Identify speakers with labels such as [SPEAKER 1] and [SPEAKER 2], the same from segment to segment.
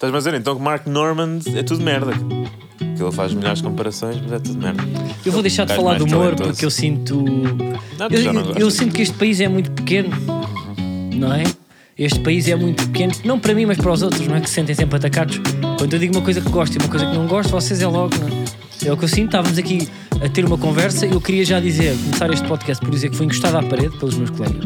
[SPEAKER 1] Estás-me a dizer então que Mark Norman é tudo merda. Que ele faz milhares de comparações, mas é tudo merda.
[SPEAKER 2] Eu vou deixar de
[SPEAKER 1] Gajo
[SPEAKER 2] falar
[SPEAKER 1] mais
[SPEAKER 2] de humor
[SPEAKER 1] talentoso.
[SPEAKER 2] porque eu sinto.
[SPEAKER 1] Não, tu
[SPEAKER 2] eu
[SPEAKER 1] já não
[SPEAKER 2] eu- eu
[SPEAKER 1] gostas.
[SPEAKER 2] sinto que este país é muito pequeno, não é? Este país é muito pequeno, não para mim, mas para os outros, não é? Que se sentem sempre atacados. Quando eu digo uma coisa que gosto e uma coisa que não gosto, vocês é logo, não é? É o que eu sinto. Estávamos aqui a ter uma conversa. Eu queria já dizer, começar este podcast por dizer que fui encostado à parede pelos meus colegas.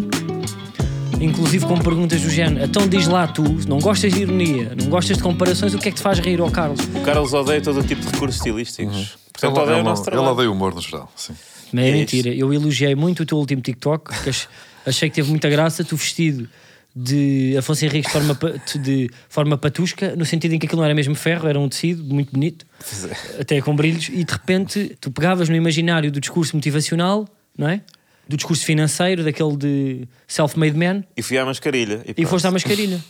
[SPEAKER 2] Inclusive com perguntas do género. Então diz lá tu, não gostas de ironia, não gostas de comparações, o que é que te faz rir, ó Carlos?
[SPEAKER 1] O Carlos odeia todo o tipo de recursos estilísticos. Portanto, odeia o
[SPEAKER 3] não-
[SPEAKER 1] nosso
[SPEAKER 3] Uhum. ele
[SPEAKER 1] trabalho.
[SPEAKER 3] odeia o humor no geral. Sim.
[SPEAKER 2] Não é,
[SPEAKER 1] É
[SPEAKER 2] mentira. Eu elogiei muito o teu último TikTok, que ach- achei que teve muita graça, tu vestido de Afonso Henriques de forma, pa- de forma patusca, no sentido em que aquilo não era mesmo ferro, era um tecido muito bonito, até com brilhos, e de repente tu pegavas no imaginário do discurso motivacional, não é? Do discurso financeiro, daquele de self-made man,
[SPEAKER 1] E fui à mascarilha. E,
[SPEAKER 2] e
[SPEAKER 1] pronto.
[SPEAKER 2] foste à mascarilha.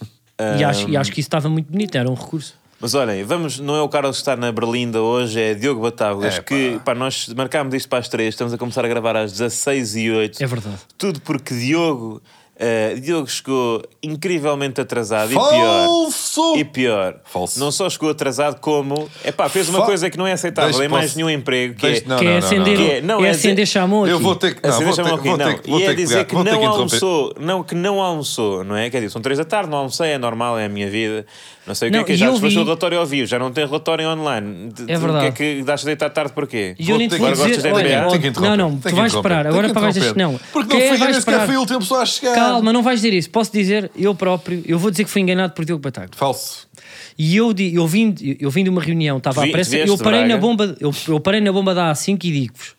[SPEAKER 2] e, acho, e acho que isso estava muito bonito, era um recurso.
[SPEAKER 1] Mas olhem, vamos, não é o Carlos que está na Berlinda hoje, é Diogo Batáguas,
[SPEAKER 3] É, pá.
[SPEAKER 1] que pá, nós marcámos isto para as 3, estamos a começar a gravar às 16 e 08
[SPEAKER 2] É verdade.
[SPEAKER 1] Tudo porque Diogo, eh, Diogo chegou incrivelmente atrasado e pior.
[SPEAKER 3] Falso!
[SPEAKER 1] E pior,
[SPEAKER 3] Falso.
[SPEAKER 1] não só chegou atrasado, como epá, fez uma
[SPEAKER 3] Fa-
[SPEAKER 1] coisa que não é aceitável
[SPEAKER 3] Deixa-
[SPEAKER 1] em mais
[SPEAKER 3] posso-
[SPEAKER 1] nenhum emprego, que
[SPEAKER 3] Deixa-
[SPEAKER 1] é
[SPEAKER 3] Não,
[SPEAKER 2] que é
[SPEAKER 3] não, não,
[SPEAKER 2] acender,
[SPEAKER 1] não. Que é- não,
[SPEAKER 2] é
[SPEAKER 1] é
[SPEAKER 2] acender
[SPEAKER 1] dizer-
[SPEAKER 2] chamou
[SPEAKER 3] Eu
[SPEAKER 2] aqui.
[SPEAKER 3] vou ter que. Não,
[SPEAKER 1] Assim,
[SPEAKER 3] vou ter,
[SPEAKER 1] deixa-me
[SPEAKER 3] vou
[SPEAKER 1] aqui,
[SPEAKER 3] ter,
[SPEAKER 1] não.
[SPEAKER 3] que- vou
[SPEAKER 1] e é
[SPEAKER 3] ter que
[SPEAKER 1] dizer
[SPEAKER 3] pegar,
[SPEAKER 1] que
[SPEAKER 3] vou ter
[SPEAKER 1] não
[SPEAKER 3] que interromper.
[SPEAKER 1] almoçou, não, que não almoçou, não é? Quer dizer, são três da tarde, não almocei, é normal, é a minha vida. Não sei o que
[SPEAKER 2] Não,
[SPEAKER 1] é que é,
[SPEAKER 2] e
[SPEAKER 1] já
[SPEAKER 2] eu
[SPEAKER 1] despachou
[SPEAKER 2] vi-
[SPEAKER 1] o relatório ao vivo, já não tem relatório online. De- de-
[SPEAKER 2] verdade.
[SPEAKER 1] O que é que dás de deitar tarde porquê?
[SPEAKER 2] E eu nem te vou
[SPEAKER 1] Agora
[SPEAKER 2] dizer.
[SPEAKER 1] gostas de
[SPEAKER 2] olha,
[SPEAKER 1] NBA?
[SPEAKER 2] ó,
[SPEAKER 3] Tem que interromper,
[SPEAKER 2] não, não,
[SPEAKER 3] tem
[SPEAKER 2] tu
[SPEAKER 3] que
[SPEAKER 2] vais
[SPEAKER 3] interromper,
[SPEAKER 2] esperar.
[SPEAKER 3] tem
[SPEAKER 2] Agora
[SPEAKER 3] que
[SPEAKER 2] para vais dizer.
[SPEAKER 3] interromper.
[SPEAKER 2] Não,
[SPEAKER 3] Porque não é
[SPEAKER 2] Quem
[SPEAKER 3] foi
[SPEAKER 2] vai
[SPEAKER 3] nem sequer
[SPEAKER 2] esperar?
[SPEAKER 3] foi o tempo só a chegar.
[SPEAKER 2] Calma, não vais dizer isso. Posso dizer, eu próprio, eu vou dizer que fui enganado por Diogo Batago.
[SPEAKER 3] Falso.
[SPEAKER 2] E eu, di- eu, vim, de- eu vim de uma reunião, estava à
[SPEAKER 1] Vi-
[SPEAKER 2] pressa,
[SPEAKER 1] vieste
[SPEAKER 2] eu parei,
[SPEAKER 1] Braga?
[SPEAKER 2] na bomba, eu, eu parei na bomba da A5 e digo-vos: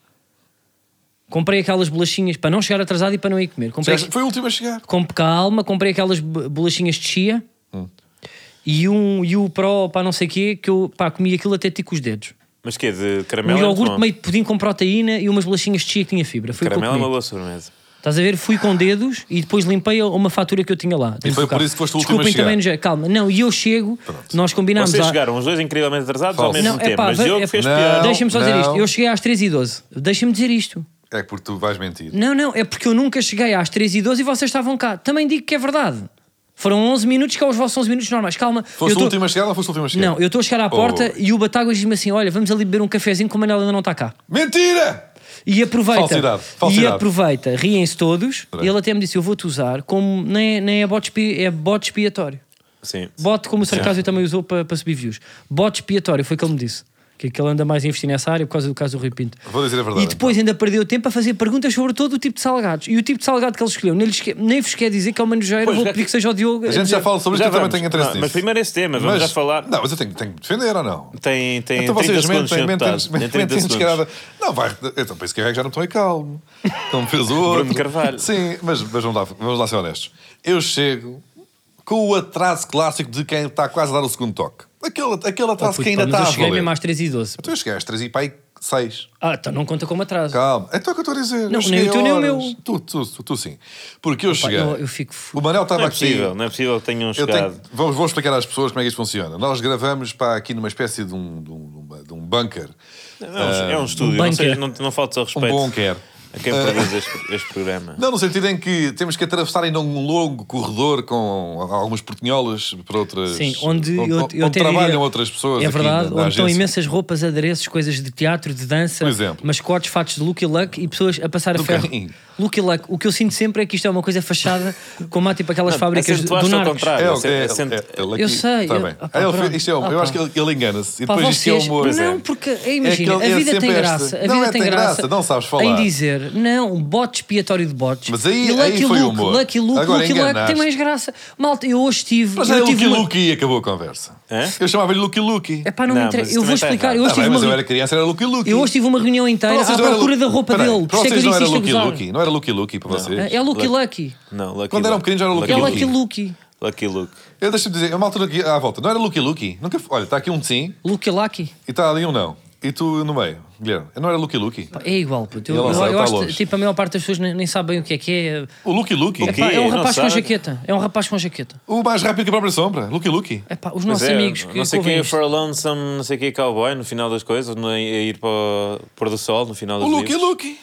[SPEAKER 2] comprei aquelas bolachinhas para não chegar atrasado e para não ir comer. Comprei,
[SPEAKER 3] Já Foi o último a chegar.
[SPEAKER 2] com calma, comprei aquelas bo- bolachinhas de chia
[SPEAKER 1] Hum.
[SPEAKER 2] e, um, e o Pro para não sei o quê, que eu pá, comi aquilo até tico os dedos.
[SPEAKER 1] Mas que é de
[SPEAKER 2] Um
[SPEAKER 1] caramelo? é muito
[SPEAKER 2] iogurte
[SPEAKER 1] bom.
[SPEAKER 2] meio de pudim com proteína e umas bolachinhas de chia que tinha fibra. Foi o que eu
[SPEAKER 1] Caramelo é uma
[SPEAKER 2] comi.
[SPEAKER 1] boa sobremesa.
[SPEAKER 2] Estás a ver? Fui com dedos e depois limpei a- uma fatura que eu tinha lá. dentro
[SPEAKER 3] foi
[SPEAKER 2] do carro.
[SPEAKER 3] por isso que foste o último a
[SPEAKER 2] Desculpem
[SPEAKER 3] chegar.
[SPEAKER 2] também, já, calma. Não, e eu chego, nós combinámos.
[SPEAKER 1] Vocês
[SPEAKER 2] à-
[SPEAKER 1] chegaram os dois incrivelmente atrasados ao
[SPEAKER 3] Falso.
[SPEAKER 1] mesmo
[SPEAKER 2] Não,
[SPEAKER 1] tempo,
[SPEAKER 2] epá,
[SPEAKER 1] mas
[SPEAKER 2] ve-
[SPEAKER 1] Diogo
[SPEAKER 2] epá,
[SPEAKER 1] fez
[SPEAKER 3] Não.
[SPEAKER 1] pior.
[SPEAKER 2] Deixa-me só dizer
[SPEAKER 3] não.
[SPEAKER 2] isto. Eu cheguei às 13h12. Deixa-me dizer isto.
[SPEAKER 3] É porque tu vais mentir.
[SPEAKER 2] Não, não, é porque eu nunca cheguei às 13h12 e vocês estavam cá. Também digo que é verdade. Foram 11 minutos, que é os vossos 11 minutos normais. Calma.
[SPEAKER 3] Foste
[SPEAKER 2] eu
[SPEAKER 3] o
[SPEAKER 2] tô-
[SPEAKER 3] último a chegar ou foste o último a chegar? Oh.
[SPEAKER 2] Não, eu estou a chegar à porta e o Batáguas diz-me assim: olha, vamos ali beber um cafezinho que o Manel ainda não está cá.
[SPEAKER 3] Mentira!
[SPEAKER 2] E aproveita.
[SPEAKER 3] Falsidade,
[SPEAKER 2] E
[SPEAKER 3] falsidade.
[SPEAKER 2] aproveita, riem-se todos. E ele até me disse: eu vou-te usar como. Nem, nem é bote expi- é bote expiatório.
[SPEAKER 1] Sim.
[SPEAKER 2] Bote, como o Sarcásio também usou para, para subir views. Bote expiatório, foi o que ele me disse. Que, que ele anda mais a investir nessa área por causa do caso do Rui Pinto.
[SPEAKER 3] Vou dizer a verdade. então.
[SPEAKER 2] e depois ainda perdeu tempo a fazer perguntas sobre todo o tipo de salgados. E o tipo de salgado que ele escolheu, nem, lhes que- nem vos quer dizer que é uma nojeira,
[SPEAKER 1] Pois,
[SPEAKER 2] vou
[SPEAKER 1] já
[SPEAKER 2] pedir
[SPEAKER 1] que-
[SPEAKER 2] que seja o Diogo.
[SPEAKER 3] A gente já fala sobre isto,
[SPEAKER 1] Já
[SPEAKER 3] eu também
[SPEAKER 1] vamos.
[SPEAKER 3] tenho interesse
[SPEAKER 1] Não,
[SPEAKER 3] nisso.
[SPEAKER 1] Mas primeiro esse tema, vamos já falar.
[SPEAKER 3] Não, mas eu tenho, tenho que defender ou não?
[SPEAKER 1] Tem, tem 30
[SPEAKER 3] então vocês
[SPEAKER 1] segundos,
[SPEAKER 3] mentem,
[SPEAKER 1] senhor
[SPEAKER 3] mentem,
[SPEAKER 1] deputado. Tem
[SPEAKER 3] mentem,
[SPEAKER 1] 30
[SPEAKER 3] mentem
[SPEAKER 1] segundos.
[SPEAKER 3] descarada. Não, vai. Então, por isso que é que já não estou em calmo. Como fez o outro.
[SPEAKER 1] Bruno Carvalho.
[SPEAKER 3] Sim, mas, mas vamos, lá, vamos lá ser honestos. Eu chego com o atraso clássico de quem está quase a dar o segundo toque. Aquele, aquele atraso
[SPEAKER 2] Fui,
[SPEAKER 3] que ainda
[SPEAKER 2] pá, mas
[SPEAKER 3] está a
[SPEAKER 2] eu cheguei
[SPEAKER 3] valer.
[SPEAKER 2] mesmo às 13h12.
[SPEAKER 3] Tu chegaste 3 e pai 6.
[SPEAKER 2] Ah, então não conta como atraso.
[SPEAKER 3] Calma, é tu que eu estou a dizer.
[SPEAKER 2] Não,
[SPEAKER 3] eu cheguei
[SPEAKER 2] nem o teu, nem o
[SPEAKER 3] horas.
[SPEAKER 2] meu.
[SPEAKER 3] Tu, tu, tu, tu sim. Porque eu cheguei.
[SPEAKER 2] eu- eu fico fu-
[SPEAKER 3] O Manel estava
[SPEAKER 1] Não é
[SPEAKER 3] aqui.
[SPEAKER 1] possível, não é possível que tenham
[SPEAKER 3] Eu tenho,
[SPEAKER 1] chegado.
[SPEAKER 3] vou, vou explicar às pessoas como é que isto funciona. Nós gravamos para aqui numa espécie de um, de um, de um- de um bunker.
[SPEAKER 1] É um- é um estúdio, não,
[SPEAKER 2] bunker. Uh.
[SPEAKER 1] seja, não, não faltes ao
[SPEAKER 3] Um
[SPEAKER 1] respeito
[SPEAKER 3] bunker.
[SPEAKER 1] a quem produz este, este programa.
[SPEAKER 3] Não, no sentido em que temos que atravessar ainda um longo corredor com algumas portinholas para outras.
[SPEAKER 2] Sim, onde, eu,
[SPEAKER 3] onde
[SPEAKER 2] eu até
[SPEAKER 3] trabalham
[SPEAKER 2] diria-
[SPEAKER 3] outras pessoas.
[SPEAKER 2] É
[SPEAKER 3] aqui
[SPEAKER 2] verdade,
[SPEAKER 3] na- na
[SPEAKER 2] onde estão
[SPEAKER 3] agência.
[SPEAKER 2] imensas roupas, adereços, coisas de teatro, de dança,
[SPEAKER 3] Por exemplo.
[SPEAKER 2] mascotes, fatos de Lucky Luck e pessoas a passar a
[SPEAKER 3] Do
[SPEAKER 2] ferro.
[SPEAKER 3] carrinho.
[SPEAKER 2] Lucky Luck, o que eu sinto sempre é que isto é uma coisa fachada, como há tipo aquelas fábricas do,
[SPEAKER 1] acentuaste
[SPEAKER 2] do
[SPEAKER 1] ao
[SPEAKER 2] Narcos.
[SPEAKER 1] contrário.
[SPEAKER 3] É,
[SPEAKER 1] Acen-
[SPEAKER 3] é, é,
[SPEAKER 1] acent-
[SPEAKER 3] é, ele
[SPEAKER 2] Eu
[SPEAKER 3] aqui-
[SPEAKER 2] sei,
[SPEAKER 3] Está
[SPEAKER 2] eu-
[SPEAKER 3] bem.
[SPEAKER 2] Ah, pá,
[SPEAKER 3] É, ele-
[SPEAKER 2] pronto.
[SPEAKER 3] isto é um- eu
[SPEAKER 2] Ah,
[SPEAKER 3] acho que
[SPEAKER 2] pá.
[SPEAKER 3] ele, ele engana-se. E
[SPEAKER 2] Pá,
[SPEAKER 3] depois diz que é
[SPEAKER 2] vocês-
[SPEAKER 3] humor.
[SPEAKER 2] Não, porque imagina,
[SPEAKER 3] aquele- é
[SPEAKER 2] a vida
[SPEAKER 3] sempre
[SPEAKER 2] tem
[SPEAKER 3] esta.
[SPEAKER 2] graça. A vida
[SPEAKER 3] Não é,
[SPEAKER 2] tem
[SPEAKER 3] tem
[SPEAKER 2] graça.
[SPEAKER 3] graça, não sabes falar.
[SPEAKER 2] Em dizer, não, um bote expiatório de botes.
[SPEAKER 3] Mas aí-
[SPEAKER 2] e Lucky
[SPEAKER 3] aí foi
[SPEAKER 2] Luke,
[SPEAKER 3] humor.
[SPEAKER 2] Lucky Luke,
[SPEAKER 3] Agora
[SPEAKER 2] Lucky Luke tem
[SPEAKER 3] enganaste.
[SPEAKER 2] mais graça. Malta, eu hoje tive.
[SPEAKER 3] Mas
[SPEAKER 2] eu
[SPEAKER 3] é
[SPEAKER 2] tive
[SPEAKER 3] Lucky
[SPEAKER 2] uma-
[SPEAKER 3] Luke e acabou a conversa.
[SPEAKER 1] Hã?
[SPEAKER 3] Eu chamava-lhe Lucky Luke.
[SPEAKER 2] É pá, não,
[SPEAKER 1] Não,
[SPEAKER 2] me interessa.
[SPEAKER 1] mas
[SPEAKER 2] Eu
[SPEAKER 1] também
[SPEAKER 2] vou
[SPEAKER 1] está
[SPEAKER 2] explicar.
[SPEAKER 1] errado.
[SPEAKER 2] Eu hoje
[SPEAKER 3] Tá bem,
[SPEAKER 2] tive uma
[SPEAKER 3] mas eu
[SPEAKER 2] reunião-
[SPEAKER 3] era criança, era Lucky Luke.
[SPEAKER 2] Eu hoje tive uma reunião inteira
[SPEAKER 3] Para
[SPEAKER 2] à
[SPEAKER 3] vocês não era
[SPEAKER 2] procura
[SPEAKER 3] Lu-
[SPEAKER 2] da roupa
[SPEAKER 3] Peraí,
[SPEAKER 2] dele. Por
[SPEAKER 3] Para
[SPEAKER 2] isso é que eu
[SPEAKER 3] vocês não
[SPEAKER 2] disse
[SPEAKER 3] era
[SPEAKER 2] isto a
[SPEAKER 3] Lucky
[SPEAKER 2] gozar.
[SPEAKER 3] Lucky. Não era Lucky Lucky para vocês.
[SPEAKER 2] É Lucky Lucky.
[SPEAKER 1] Não, Lucky
[SPEAKER 3] Quando eram
[SPEAKER 1] Luke.
[SPEAKER 3] pequenos já era Lucky
[SPEAKER 2] É
[SPEAKER 3] Lucky.
[SPEAKER 2] Lucky Lucky.
[SPEAKER 1] Lucky Luke.
[SPEAKER 3] Eu deixo-me dizer, é eu mal estou aqui à volta. Não era Lucky Lucky? Nunca, f- olha, está aqui um sim
[SPEAKER 2] Lucky Lucky.
[SPEAKER 3] e está ali um não. E tu no meio, Guilherme. Não era Lucky Lucky?
[SPEAKER 2] Pá, É igual, puto. Eu,
[SPEAKER 3] Ele não
[SPEAKER 2] eu-
[SPEAKER 3] sabe,
[SPEAKER 2] eu
[SPEAKER 3] tá
[SPEAKER 2] acho que
[SPEAKER 3] longe.
[SPEAKER 2] tipo, a maior parte das pessoas nem, nem sabem o que é que é.
[SPEAKER 3] O Lucky Lucky?
[SPEAKER 1] O quê?
[SPEAKER 2] Pá, é um
[SPEAKER 1] Não
[SPEAKER 2] rapaz com
[SPEAKER 1] sabe?
[SPEAKER 2] jaqueta. É um rapaz com jaqueta.
[SPEAKER 3] O mais rápido que a própria sombra. Lucky Lucky.
[SPEAKER 2] É pá, os
[SPEAKER 1] Mas
[SPEAKER 2] nossos
[SPEAKER 1] é,
[SPEAKER 2] amigos que
[SPEAKER 1] não sei
[SPEAKER 2] ouvem
[SPEAKER 1] quem é
[SPEAKER 2] isto.
[SPEAKER 1] for a lonesome, não sei quem é cowboy no final das coisas, no, a ir para o pôr do sol no final
[SPEAKER 3] O
[SPEAKER 1] dos
[SPEAKER 3] Lucky
[SPEAKER 1] livros.
[SPEAKER 3] Lucky.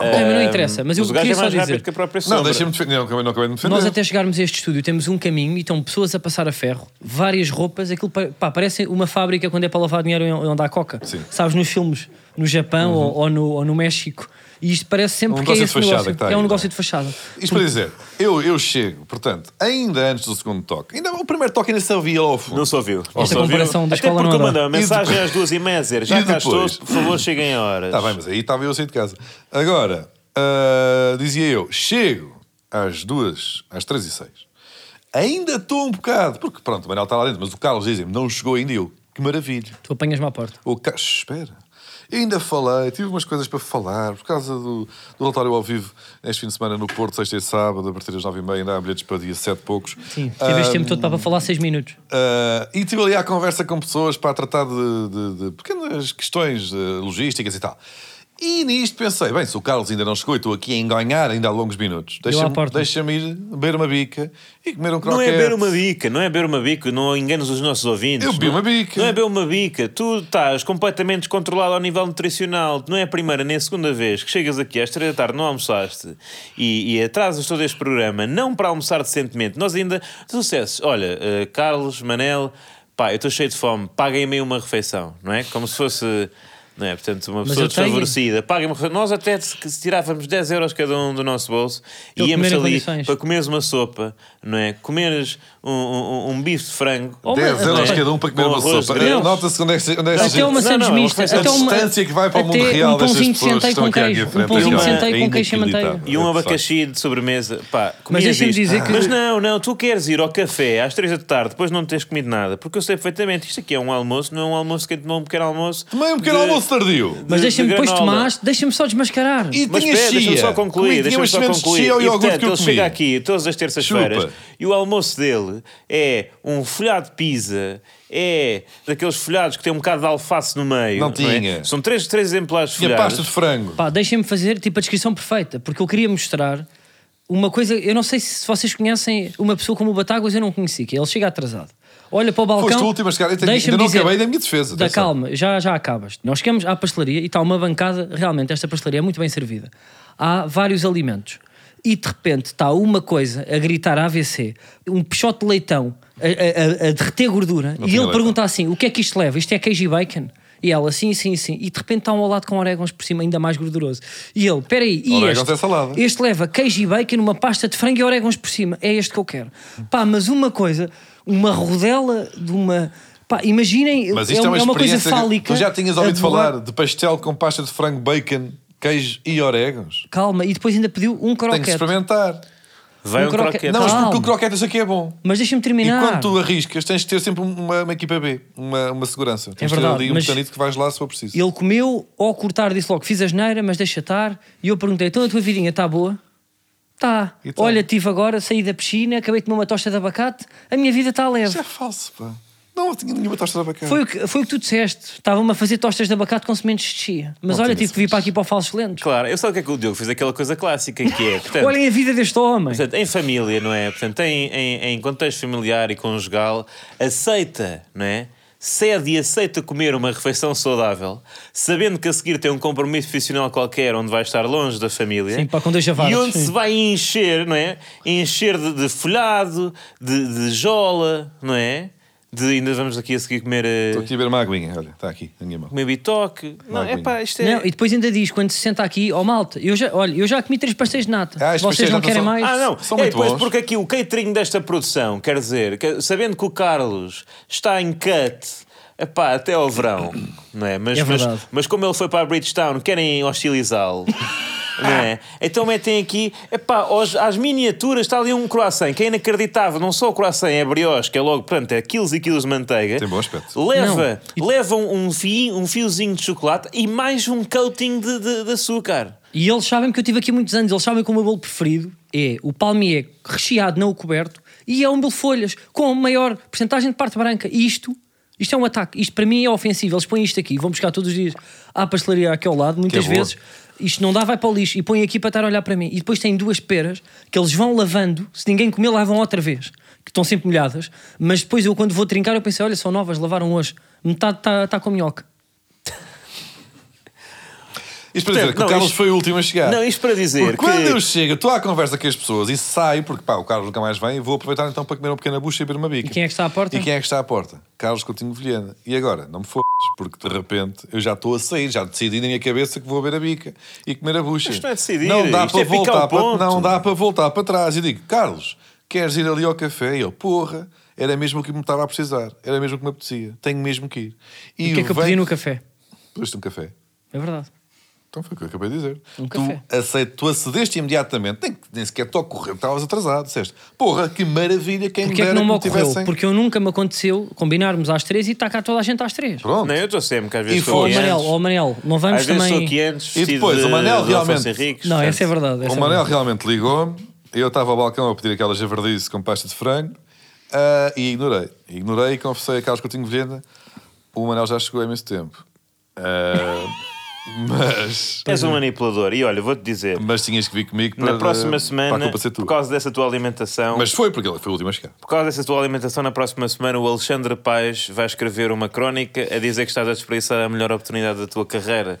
[SPEAKER 2] Bem, mas não interessa, mas eu
[SPEAKER 1] Mas o gajo
[SPEAKER 2] queria
[SPEAKER 1] é
[SPEAKER 2] só
[SPEAKER 1] mais rápido
[SPEAKER 2] dizer.
[SPEAKER 1] que a própria sombra.
[SPEAKER 3] Não, deixa-me defender. Não, acabei- Então não é. acabei de me defender.
[SPEAKER 2] Nós até chegarmos a este estúdio temos um caminho e estão pessoas a passar a ferro, várias roupas, aquilo pa- pá, parece uma fábrica quando é para lavar dinheiro e onde há coca.
[SPEAKER 3] Sim. Uhum.
[SPEAKER 2] Sabes, nos filmes, no Japão ou, ou no, ou no México. E isto parece sempre
[SPEAKER 3] Um
[SPEAKER 2] que é
[SPEAKER 3] negócio de
[SPEAKER 2] esse
[SPEAKER 3] fachada
[SPEAKER 2] negócio.
[SPEAKER 3] que está
[SPEAKER 2] é um
[SPEAKER 3] aí,
[SPEAKER 2] negócio
[SPEAKER 3] não
[SPEAKER 2] de fachada.
[SPEAKER 3] Isto para dizer, eu, eu chego, portanto, ainda antes do segundo toque, ainda, o primeiro toque ainda se ouvia lá ao fundo.
[SPEAKER 1] Não se ouviu. Não
[SPEAKER 2] Esta
[SPEAKER 1] se ouviu.
[SPEAKER 2] comparação da
[SPEAKER 1] Até
[SPEAKER 2] escola
[SPEAKER 1] porque
[SPEAKER 2] não é
[SPEAKER 1] eu mandei uma
[SPEAKER 3] dá.
[SPEAKER 1] mensagem
[SPEAKER 3] E depois?
[SPEAKER 1] às duas e meia a dizer, já
[SPEAKER 3] E
[SPEAKER 1] cá estou,
[SPEAKER 3] depois?
[SPEAKER 1] por favor cheguem a horas.
[SPEAKER 3] Está Tá bem, mas aí estava eu a sair de casa. Agora, ah, dizia eu, chego às duas, às três e seis. Ainda estou um bocado, porque pronto, o Manel está lá dentro, mas o Carlos dizem-me, não chegou ainda e eu. Que maravilha.
[SPEAKER 2] Tu apanhas-me à porta.
[SPEAKER 3] O Ca... Espera. Eu ainda falei, tive umas coisas para falar, por causa do, do relatório ao vivo este fim de semana no Porto, sexta e sábado, a partir das nove e meia, ainda há bilhetes para dia sete poucos.
[SPEAKER 2] Sim, tive este tempo todo
[SPEAKER 3] hum.
[SPEAKER 2] para falar 6 minutos.
[SPEAKER 3] Ah, e estive ali à conversa com pessoas para tratar de, de- de pequenas questões eh, logísticas e tal. E nisto pensei, bem, se o Carlos ainda não chegou e estou aqui a enganhar ainda há longos minutos, deixa-me
[SPEAKER 2] porta.
[SPEAKER 3] deixa-me ir beber uma bica e comer um
[SPEAKER 1] Não
[SPEAKER 3] croquete.
[SPEAKER 1] é beber uma bica, não é beber uma bica, não enganas os nossos ouvintes.
[SPEAKER 3] Eu bebi
[SPEAKER 1] Não-
[SPEAKER 3] uma bica.
[SPEAKER 1] Não é beber uma bica, tu estás completamente descontrolado ao nível nutricional. Não é a primeira nem a segunda vez que chegas aqui às três da tarde, não almoçaste e, e atrasas todo este programa, não para almoçar decentemente. Nós ainda, sucessos, olha, eh, Carlos, Manel, pá, eu estou cheio de fome, paguem-me aí uma refeição, não é? Como se fosse. Não é? Portanto, uma pessoa
[SPEAKER 2] eu tenho.
[SPEAKER 1] desfavorecida. Paguem-me. uma refeição. Nós até se se tirávamos 10 euros cada um do nosso bolso
[SPEAKER 2] Eu
[SPEAKER 1] e íamos
[SPEAKER 2] comer em
[SPEAKER 1] ali
[SPEAKER 2] condições.
[SPEAKER 1] para comeres uma sopa, não é? Comeres um, um, um bife de frango.
[SPEAKER 2] Oh,
[SPEAKER 3] 10
[SPEAKER 2] mas-
[SPEAKER 3] euros
[SPEAKER 2] mas-
[SPEAKER 3] cada um para comer
[SPEAKER 1] Com
[SPEAKER 3] uma
[SPEAKER 1] arroz
[SPEAKER 3] sopa.
[SPEAKER 1] grelhado.
[SPEAKER 3] Nota-se onde é que onde é que
[SPEAKER 1] Não,
[SPEAKER 3] se-
[SPEAKER 2] Até uma
[SPEAKER 1] não,
[SPEAKER 2] sandes
[SPEAKER 1] não,
[SPEAKER 2] mista,
[SPEAKER 1] mas a
[SPEAKER 2] até uma,
[SPEAKER 3] distância que vai para o mundo
[SPEAKER 2] até
[SPEAKER 3] real
[SPEAKER 2] um
[SPEAKER 3] destas
[SPEAKER 2] pãozinho de
[SPEAKER 3] pessoas que
[SPEAKER 2] centeio
[SPEAKER 3] estão
[SPEAKER 2] com
[SPEAKER 3] aqui à minha
[SPEAKER 2] queijo, um
[SPEAKER 3] frente,
[SPEAKER 2] pãozinho de
[SPEAKER 1] é
[SPEAKER 2] centeio com queijo e
[SPEAKER 3] inacreditável.
[SPEAKER 2] manteiga.
[SPEAKER 1] E um
[SPEAKER 3] É, de
[SPEAKER 1] abacaxi de sobremesa. Pá,
[SPEAKER 2] Mas
[SPEAKER 1] comias
[SPEAKER 2] deixa-me
[SPEAKER 1] isto.
[SPEAKER 2] dizer que-
[SPEAKER 1] Mas não, não, tu queres ir ao café às 3 da tarde, depois não tens comido nada. Porque eu sei perfeitamente, isto aqui é um almoço, não é um almoço que não é um pequeno almoço.
[SPEAKER 3] Tomei um pequeno
[SPEAKER 1] de-
[SPEAKER 3] almoço tardio.
[SPEAKER 2] Mas
[SPEAKER 1] de-
[SPEAKER 2] deixa-me,
[SPEAKER 1] de
[SPEAKER 2] depois
[SPEAKER 1] granola.
[SPEAKER 2] tomaste, deixa-me só desmascarar.
[SPEAKER 3] E
[SPEAKER 1] Mas
[SPEAKER 3] tinha
[SPEAKER 1] espera, deixa-me
[SPEAKER 3] chia.
[SPEAKER 1] só
[SPEAKER 3] Comi- tinha
[SPEAKER 1] concluir, deixa-me
[SPEAKER 3] umas
[SPEAKER 1] só
[SPEAKER 3] sementes de
[SPEAKER 1] concluir.
[SPEAKER 3] chia ao
[SPEAKER 1] E,
[SPEAKER 3] iogurte
[SPEAKER 1] portanto,
[SPEAKER 3] que eu
[SPEAKER 1] ele chega
[SPEAKER 3] comi.
[SPEAKER 1] aqui todas as terças-feiras
[SPEAKER 3] Chupa.
[SPEAKER 1] e o almoço dele é um folhado de pizza, é daqueles folhados que tem um bocado de alface no meio.
[SPEAKER 3] Não
[SPEAKER 1] é?
[SPEAKER 3] tinha.
[SPEAKER 1] São três, três exemplares de
[SPEAKER 3] Tinha
[SPEAKER 1] folhados.
[SPEAKER 3] pasta de frango.
[SPEAKER 2] Pá, deixem-me fazer tipo a descrição perfeita, porque eu queria mostrar uma coisa. Eu não sei se vocês conhecem uma pessoa como o Batáguas, eu não conheci, que é, ele chega atrasado. Olha para o balcão.
[SPEAKER 3] Foste o último a chegar. Eu tenho-
[SPEAKER 2] deixa-me
[SPEAKER 3] ainda não
[SPEAKER 2] dizer-
[SPEAKER 3] acabei da minha defesa,
[SPEAKER 2] Da
[SPEAKER 3] atenção.
[SPEAKER 2] calma, já, já acabas. Nós chegamos à pastelaria e está uma bancada. Realmente, esta pastelaria é muito bem servida. Há vários alimentos. E de repente está uma coisa a gritar AVC, um peixote de leitão a, a- a- a derreter gordura, e
[SPEAKER 3] tinha
[SPEAKER 2] ele
[SPEAKER 3] leitão.
[SPEAKER 2] pergunta pergunta assim: o que é que isto leva? Isto é queijo e bacon? E ela, sim, sim, sim. E de repente está um lado com orégãos por cima, ainda mais gorduroso. E ele, peraí, e
[SPEAKER 3] Orégãos
[SPEAKER 2] este?
[SPEAKER 3] é salada.
[SPEAKER 2] Este leva queijo e bacon, uma pasta de frango e orégãos por cima. É este que eu quero. Pá, mas uma coisa, uma rodela de uma. Pá, imaginem,
[SPEAKER 3] Mas
[SPEAKER 2] é,
[SPEAKER 3] isto é,
[SPEAKER 2] um-
[SPEAKER 3] uma
[SPEAKER 2] é uma coisa
[SPEAKER 3] experiência que
[SPEAKER 2] fálica.
[SPEAKER 3] Tu já tinhas ouvido
[SPEAKER 2] a borrar-
[SPEAKER 3] falar de pastel com pasta de frango, bacon, queijo e orégãos.
[SPEAKER 2] Calma, e depois ainda pediu um
[SPEAKER 3] Tem que
[SPEAKER 2] croquete.
[SPEAKER 3] experimentar.
[SPEAKER 1] Vai
[SPEAKER 2] Um
[SPEAKER 1] um
[SPEAKER 2] croque-
[SPEAKER 1] croquete.
[SPEAKER 3] Não, mas
[SPEAKER 2] Calma.
[SPEAKER 3] porque o croquete eu sei que é bom.
[SPEAKER 2] Mas deixa-me
[SPEAKER 3] E
[SPEAKER 2] terminar.
[SPEAKER 3] quando tu arriscas, tens de ter sempre uma, uma equipa B, uma, uma segurança. Tens de ter
[SPEAKER 2] verdade,
[SPEAKER 3] ali um
[SPEAKER 2] mas-
[SPEAKER 3] metanito que vais lá se for preciso.
[SPEAKER 2] Ele comeu, ao cortar, disse logo: fiz a geneira, mas deixa estar. E eu perguntei: então a tua vidinha está boa? Está.
[SPEAKER 3] E tá.
[SPEAKER 2] Olha, tive agora, saí da piscina, acabei de comer uma tosta de abacate, a minha vida está leve.
[SPEAKER 3] Isso é falso, pá. Não, eu tinha nenhuma tosta de abacate.
[SPEAKER 2] Foi o, que, foi o que tu disseste. Estava-me a fazer tostas de abacate com sementes de chia. Mas
[SPEAKER 3] Não
[SPEAKER 2] olha,
[SPEAKER 3] tinha
[SPEAKER 2] tive que vir para aqui para o Falsos Lentos.
[SPEAKER 1] Claro, eu sei o que é que o Diogo fez, aquela coisa clássica que é. Portanto,
[SPEAKER 2] Olhem a vida deste homem.
[SPEAKER 3] é
[SPEAKER 1] Portanto, em família, não é? Portanto, em, em, em contexto familiar e conjugal, aceita, não é? Cede e aceita comer uma refeição saudável, sabendo que a seguir tem um compromisso profissional qualquer onde vai estar longe da família.
[SPEAKER 2] Sim, pá, com dois
[SPEAKER 1] E
[SPEAKER 2] javardos,
[SPEAKER 1] onde
[SPEAKER 2] sim.
[SPEAKER 1] se vai encher, não é? Encher de, de folhado, de, de jola, não é? De ainda vamos aqui a seguir comer, eh,
[SPEAKER 3] Estou aqui a beber uma aguinha, olha, está aqui na minha mão.
[SPEAKER 1] comer bitoque. Não, é
[SPEAKER 3] aguinha.
[SPEAKER 1] pá, isto é.
[SPEAKER 2] Não, e depois ainda diz, quando se senta aqui, ó malta, eu já, olha, eu já comi três pastéis de nata.
[SPEAKER 3] Ah, estes
[SPEAKER 2] Vocês
[SPEAKER 3] pastéis de
[SPEAKER 2] não
[SPEAKER 3] nata
[SPEAKER 2] querem
[SPEAKER 3] são-
[SPEAKER 2] mais?
[SPEAKER 1] Ah, não.
[SPEAKER 3] São
[SPEAKER 1] é,
[SPEAKER 3] muito
[SPEAKER 1] pois,
[SPEAKER 3] bons.
[SPEAKER 1] porque aqui o catering desta produção, quer dizer, que- sabendo que o Carlos está em cut epá, até ao verão, não é? Mas,
[SPEAKER 2] É
[SPEAKER 1] mas,
[SPEAKER 2] verdade.
[SPEAKER 1] mas como ele foi para a Bridgestone, querem hostilizá-lo. Não é? Então metem aqui, epá, aos, às miniaturas está ali um croissant que é inacreditável. Não só o croissant, é a brioche, que é logo, portanto, é quilos e quilos de manteiga.
[SPEAKER 3] Tem bom aspecto.
[SPEAKER 1] Leva,
[SPEAKER 2] Não.
[SPEAKER 1] leva um, um fio, um fiozinho de chocolate e mais um coating de- de- de açúcar.
[SPEAKER 2] E eles sabem que eu tive aqui muitos anos, eles sabem que o meu bolo preferido é o palmier recheado, não o coberto, e é um bolo de folhas, com maior porcentagem de parte branca. E isto, isto é um ataque, isto para mim é ofensivo. Eles põem isto aqui, vão buscar todos os dias à pastelaria aqui ao lado, muitas
[SPEAKER 3] Que é boa.
[SPEAKER 2] vezes. Isto não dá, vai para o lixo e põem aqui para estar a olhar para mim. E depois têm duas peras que eles vão lavando, se ninguém comer, lavam outra vez, que estão sempre molhadas. Mas depois eu, quando vou trincar, eu pensei: olha, são tá, novas, lavaram hoje, metade está está com minhoca.
[SPEAKER 3] Isto para dizer
[SPEAKER 1] Portanto,
[SPEAKER 3] que o
[SPEAKER 1] não,
[SPEAKER 3] Carlos
[SPEAKER 1] isto-
[SPEAKER 3] foi o último a chegar.
[SPEAKER 1] Não, isto para dizer
[SPEAKER 3] Porque quando
[SPEAKER 1] que-
[SPEAKER 3] eu chego, estou à conversa com as pessoas e saio, porque pá, o Carlos nunca mais vem, e vou aproveitar então para comer uma pequena bucha e beber uma bica.
[SPEAKER 2] E quem é que está à porta?
[SPEAKER 3] E quem é que está à porta? Carlos Coutinho Vilhena. E agora? Não me fodes, porque de repente eu já estou a sair, já decidi na minha cabeça que vou beber a bica e comer a bucha.
[SPEAKER 1] Isto não é decidir,
[SPEAKER 3] Não dá
[SPEAKER 1] isto
[SPEAKER 3] para
[SPEAKER 1] é picar o
[SPEAKER 3] voltar para,
[SPEAKER 1] ponto.
[SPEAKER 3] não dá para voltar para trás. E digo, Carlos, queres ir ali ao café? E ele, porra, era mesmo o que me estava a precisar, era mesmo o que me apetecia, tenho mesmo que ir.
[SPEAKER 2] O que é que eu
[SPEAKER 3] vem-
[SPEAKER 2] pedi no café?
[SPEAKER 3] Pus-te um café.
[SPEAKER 2] É verdade.
[SPEAKER 3] Então foi o que eu acabei de dizer.
[SPEAKER 2] Um
[SPEAKER 3] tu,
[SPEAKER 2] café.
[SPEAKER 3] aceito, tu acedeste imediatamente, nem, nem sequer te ocorreu, estavas atrasado, disseste, porra, que maravilha, quem me
[SPEAKER 2] Porquê é
[SPEAKER 3] dera
[SPEAKER 2] que não me ocorreu?
[SPEAKER 3] tivessem...
[SPEAKER 2] Porque eu nunca me aconteceu combinarmos às três e está cá toda a gente às três.
[SPEAKER 3] Pronto.
[SPEAKER 1] Não, é? eu estou sempre, que às vezes
[SPEAKER 3] E
[SPEAKER 1] estou
[SPEAKER 2] Ó
[SPEAKER 3] foi.
[SPEAKER 1] aqui
[SPEAKER 3] Amanel,
[SPEAKER 2] Manel,
[SPEAKER 1] antes.
[SPEAKER 2] ó Manel, não vamos
[SPEAKER 1] Às vezes estou aqui
[SPEAKER 2] também.
[SPEAKER 1] antes.
[SPEAKER 3] E depois,
[SPEAKER 1] vestido
[SPEAKER 3] o Manel
[SPEAKER 1] de- do Afonso
[SPEAKER 3] realmente-
[SPEAKER 1] Henriques,
[SPEAKER 2] Não, essa é
[SPEAKER 1] portanto.
[SPEAKER 2] verdade. essa
[SPEAKER 3] O
[SPEAKER 2] é
[SPEAKER 3] Manel
[SPEAKER 2] verdade.
[SPEAKER 3] realmente ligou-me, eu estava ao balcão a pedir aquela javardice com pasta de frango ah, e ignorei. Ignorei e confessei a Carlos Coutinho Vilhena, o Manel já chegou há imenso tempo. Ah, mas,
[SPEAKER 1] És um manipulador. E olha, vou-te dizer,
[SPEAKER 3] Hum, mas tinhas que vir comigo para,
[SPEAKER 1] na próxima
[SPEAKER 3] para a
[SPEAKER 1] semana,
[SPEAKER 3] culpa ser tua.
[SPEAKER 1] por causa um dessa tua alimentação,
[SPEAKER 3] Mas foi porque ele foi o último a chegar.
[SPEAKER 1] por causa dessa tua alimentação, na próxima semana o Alexandre Paes vai escrever uma crónica a dizer que estás a desperdiçar a melhor oportunidade da tua carreira.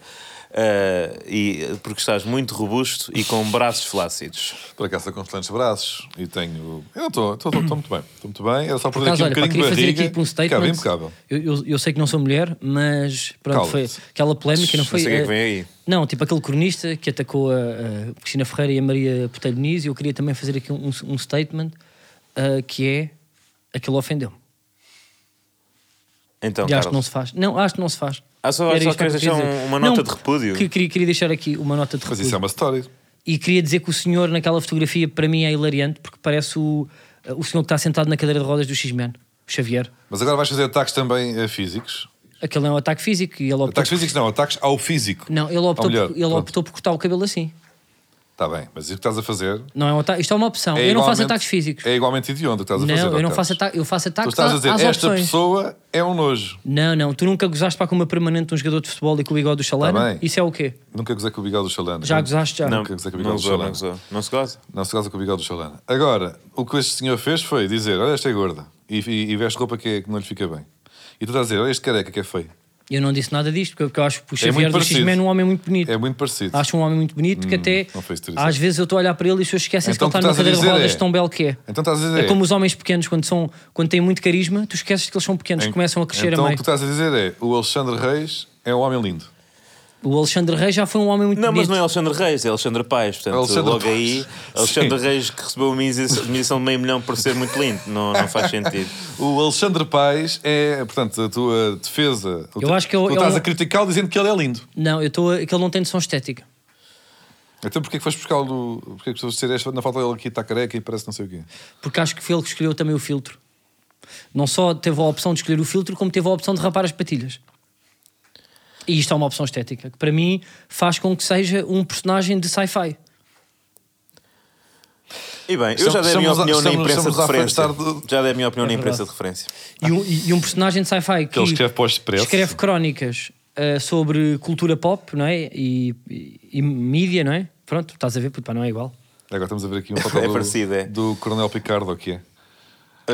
[SPEAKER 1] Ah, e, porque estás muito robusto e com braços flácidos.
[SPEAKER 3] Por acaso estou com excelentes braços e tenho. Eu não estou, estou, estou, estou muito bem. Estou muito bem. Era só
[SPEAKER 2] Por
[SPEAKER 3] perder
[SPEAKER 2] acaso,
[SPEAKER 3] aqui um
[SPEAKER 2] olha, pá,
[SPEAKER 3] bocadinho de
[SPEAKER 2] queria fazer
[SPEAKER 3] barriga.
[SPEAKER 2] aqui um statement.
[SPEAKER 3] Ficava impecável.
[SPEAKER 2] Eu, eu, eu sei que não sou mulher, mas pronto,
[SPEAKER 3] Cala-te.
[SPEAKER 2] foi aquela polémica, não
[SPEAKER 1] Não
[SPEAKER 2] foi?
[SPEAKER 1] sei o que é que
[SPEAKER 2] Eh,
[SPEAKER 1] vem aí.
[SPEAKER 2] Não, tipo aquele cronista que atacou a, a Cristina Ferreira e a Maria Botelho Nis, eu queria também fazer aqui um, um statement ah, que é aquele ofendeu-me.
[SPEAKER 1] Então,
[SPEAKER 2] E acho que
[SPEAKER 1] Carlos.
[SPEAKER 2] não se faz. Não, acho que não se faz.
[SPEAKER 1] Ah, só-
[SPEAKER 2] Era
[SPEAKER 1] só
[SPEAKER 2] isto que eu
[SPEAKER 1] queres
[SPEAKER 2] queria
[SPEAKER 1] deixar
[SPEAKER 2] dizer.
[SPEAKER 1] um- uma nota
[SPEAKER 2] Não,
[SPEAKER 1] de repúdio?
[SPEAKER 2] que- Queria, queria deixar aqui uma nota de
[SPEAKER 3] Mas
[SPEAKER 2] repúdio.
[SPEAKER 3] isso é uma história.
[SPEAKER 2] E queria dizer que o senhor naquela fotografia para mim é hilariante porque parece o, o senhor que está sentado na cadeira de rodas do X-Men, o Xavier.
[SPEAKER 3] Mas agora vais fazer ataques também eh, físicos.
[SPEAKER 2] Aquele é um ataque físico e ele optou,
[SPEAKER 3] Ataques físicos não, ataques ao físico.
[SPEAKER 2] não, ele optou,
[SPEAKER 3] Ao melhor,
[SPEAKER 2] por, ele
[SPEAKER 3] pronto.
[SPEAKER 2] optou por cortar o cabelo assim.
[SPEAKER 3] Está bem, mas isso que estás a fazer.
[SPEAKER 2] Não é um ataque, isto é uma opção.
[SPEAKER 3] É
[SPEAKER 2] eu não faço
[SPEAKER 3] igualmente-
[SPEAKER 2] ataques físicos.
[SPEAKER 3] É igualmente idiondo o que estás a
[SPEAKER 2] não,
[SPEAKER 3] fazer.
[SPEAKER 2] eu não
[SPEAKER 3] Carlos.
[SPEAKER 2] faço ataques, eu faço
[SPEAKER 3] Tu
[SPEAKER 2] ataques
[SPEAKER 3] estás a dizer,
[SPEAKER 2] às
[SPEAKER 3] esta
[SPEAKER 2] opções.
[SPEAKER 3] pessoa é um nojo.
[SPEAKER 2] Não, não, tu nunca gozaste para com uma permanente de um jogador de futebol e com o bigode do chalana?
[SPEAKER 3] Tá bem.
[SPEAKER 2] Isso é o quê?
[SPEAKER 3] Nunca gozei com o bigode do Chalana.
[SPEAKER 2] Já gozaste já?
[SPEAKER 1] Não,
[SPEAKER 3] Quer dizer que
[SPEAKER 1] não
[SPEAKER 3] Miguel
[SPEAKER 1] gozou, não
[SPEAKER 3] Solano.
[SPEAKER 1] gozou. Não se goza?
[SPEAKER 3] Não se goza com o bigode do Chalana. Agora, o que este senhor fez foi dizer: Olha, esta é gorda. E, e- e veste roupa que, é- que não lhe fica bem. E tu estás a dizer: Olha, este careca que é feio.
[SPEAKER 2] Eu não disse nada disto, porque eu- porque eu acho que o
[SPEAKER 3] muito
[SPEAKER 2] Xavier do
[SPEAKER 3] parecido.
[SPEAKER 2] X-Men é um homem muito bonito.
[SPEAKER 3] É muito parecido.
[SPEAKER 2] Acho um homem muito bonito que até
[SPEAKER 3] não foi esterilizado.
[SPEAKER 2] às vezes eu estou a olhar para ele e se eu esquecem
[SPEAKER 3] Então
[SPEAKER 2] que
[SPEAKER 3] o
[SPEAKER 2] ele está
[SPEAKER 3] que
[SPEAKER 2] numa
[SPEAKER 3] estás a
[SPEAKER 2] cadeira de
[SPEAKER 3] dizer
[SPEAKER 2] rodas
[SPEAKER 3] é-
[SPEAKER 2] tão belo que é.
[SPEAKER 3] Então estás a dizer:
[SPEAKER 2] É como os homens pequenos, quando, são, quando têm muito carisma, tu esqueces que eles são pequenos, começam a crescer
[SPEAKER 3] então,
[SPEAKER 2] a
[SPEAKER 3] o
[SPEAKER 2] meio.
[SPEAKER 3] que tu estás a dizer é: o Alexandre Reis é um homem lindo.
[SPEAKER 2] O Alexandre Reis já foi um homem muito
[SPEAKER 1] Não, mas
[SPEAKER 2] bonito.
[SPEAKER 1] não é Alexandre Reis, é Alexandre Paes. Portanto,
[SPEAKER 3] Alexandre
[SPEAKER 1] logo
[SPEAKER 3] Paes.
[SPEAKER 1] aí, Alexandre
[SPEAKER 3] Sim.
[SPEAKER 1] Reis que recebeu uma isenção- demissão de meio milhão por ser muito lindo. Não, não faz sentido.
[SPEAKER 3] O Alexandre Paes é, portanto, a tua defesa.
[SPEAKER 2] Eu acho que é eu-
[SPEAKER 3] tu
[SPEAKER 2] eu-
[SPEAKER 3] estás a criticá-lo dizendo que ele é lindo.
[SPEAKER 2] Não, eu estou a... é que ele não tem noção estética.
[SPEAKER 3] Então porquê que foste buscá-lo? Porquê é que foste dizer esta na falta dele aqui está careca e parece não sei o quê?
[SPEAKER 2] Porque acho que foi ele que escolheu também o filtro. Não só teve a opção de escolher o filtro, como teve a opção de rapar as patilhas. E isto é uma opção estética, que para mim faz com que seja um personagem de sci-fi.
[SPEAKER 1] E bem, eu já dei a minha
[SPEAKER 3] Estamos a-
[SPEAKER 1] opinião na
[SPEAKER 3] estamos-
[SPEAKER 1] imprensa de
[SPEAKER 3] estamos a
[SPEAKER 1] referência.
[SPEAKER 3] afastar de-
[SPEAKER 1] Já dei a minha opinião na
[SPEAKER 2] É
[SPEAKER 1] imprensa
[SPEAKER 2] verdade.
[SPEAKER 1] de referência.
[SPEAKER 2] E um, e- e um personagem de sci-fi que,
[SPEAKER 3] ele escreve para o Expresso.
[SPEAKER 2] escreve crónicas ah, sobre cultura pop, não é? E, e, e mídia, não é? Pronto, estás a ver, puto, pá, não é igual.
[SPEAKER 3] Agora estamos a ver aqui um papel
[SPEAKER 1] É
[SPEAKER 3] do,
[SPEAKER 1] parecido, é.
[SPEAKER 3] do Coronel Picardo, aqui é.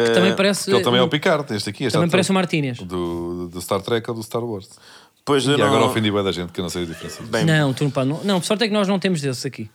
[SPEAKER 2] Que também parece.
[SPEAKER 3] Porque ele também é
[SPEAKER 2] um-
[SPEAKER 3] o Picardo, este aqui. Este
[SPEAKER 2] também
[SPEAKER 3] ator
[SPEAKER 2] parece o
[SPEAKER 1] então.
[SPEAKER 2] Martínez.
[SPEAKER 3] Do, do Star Trek ou do Star Wars.
[SPEAKER 1] Pois eu
[SPEAKER 3] E
[SPEAKER 1] não...
[SPEAKER 3] agora ofendi bem da gente, que eu não sei a diferença.
[SPEAKER 1] Bem,
[SPEAKER 2] Não, tu não, pá, não, não, por sorte é que nós não temos desses aqui.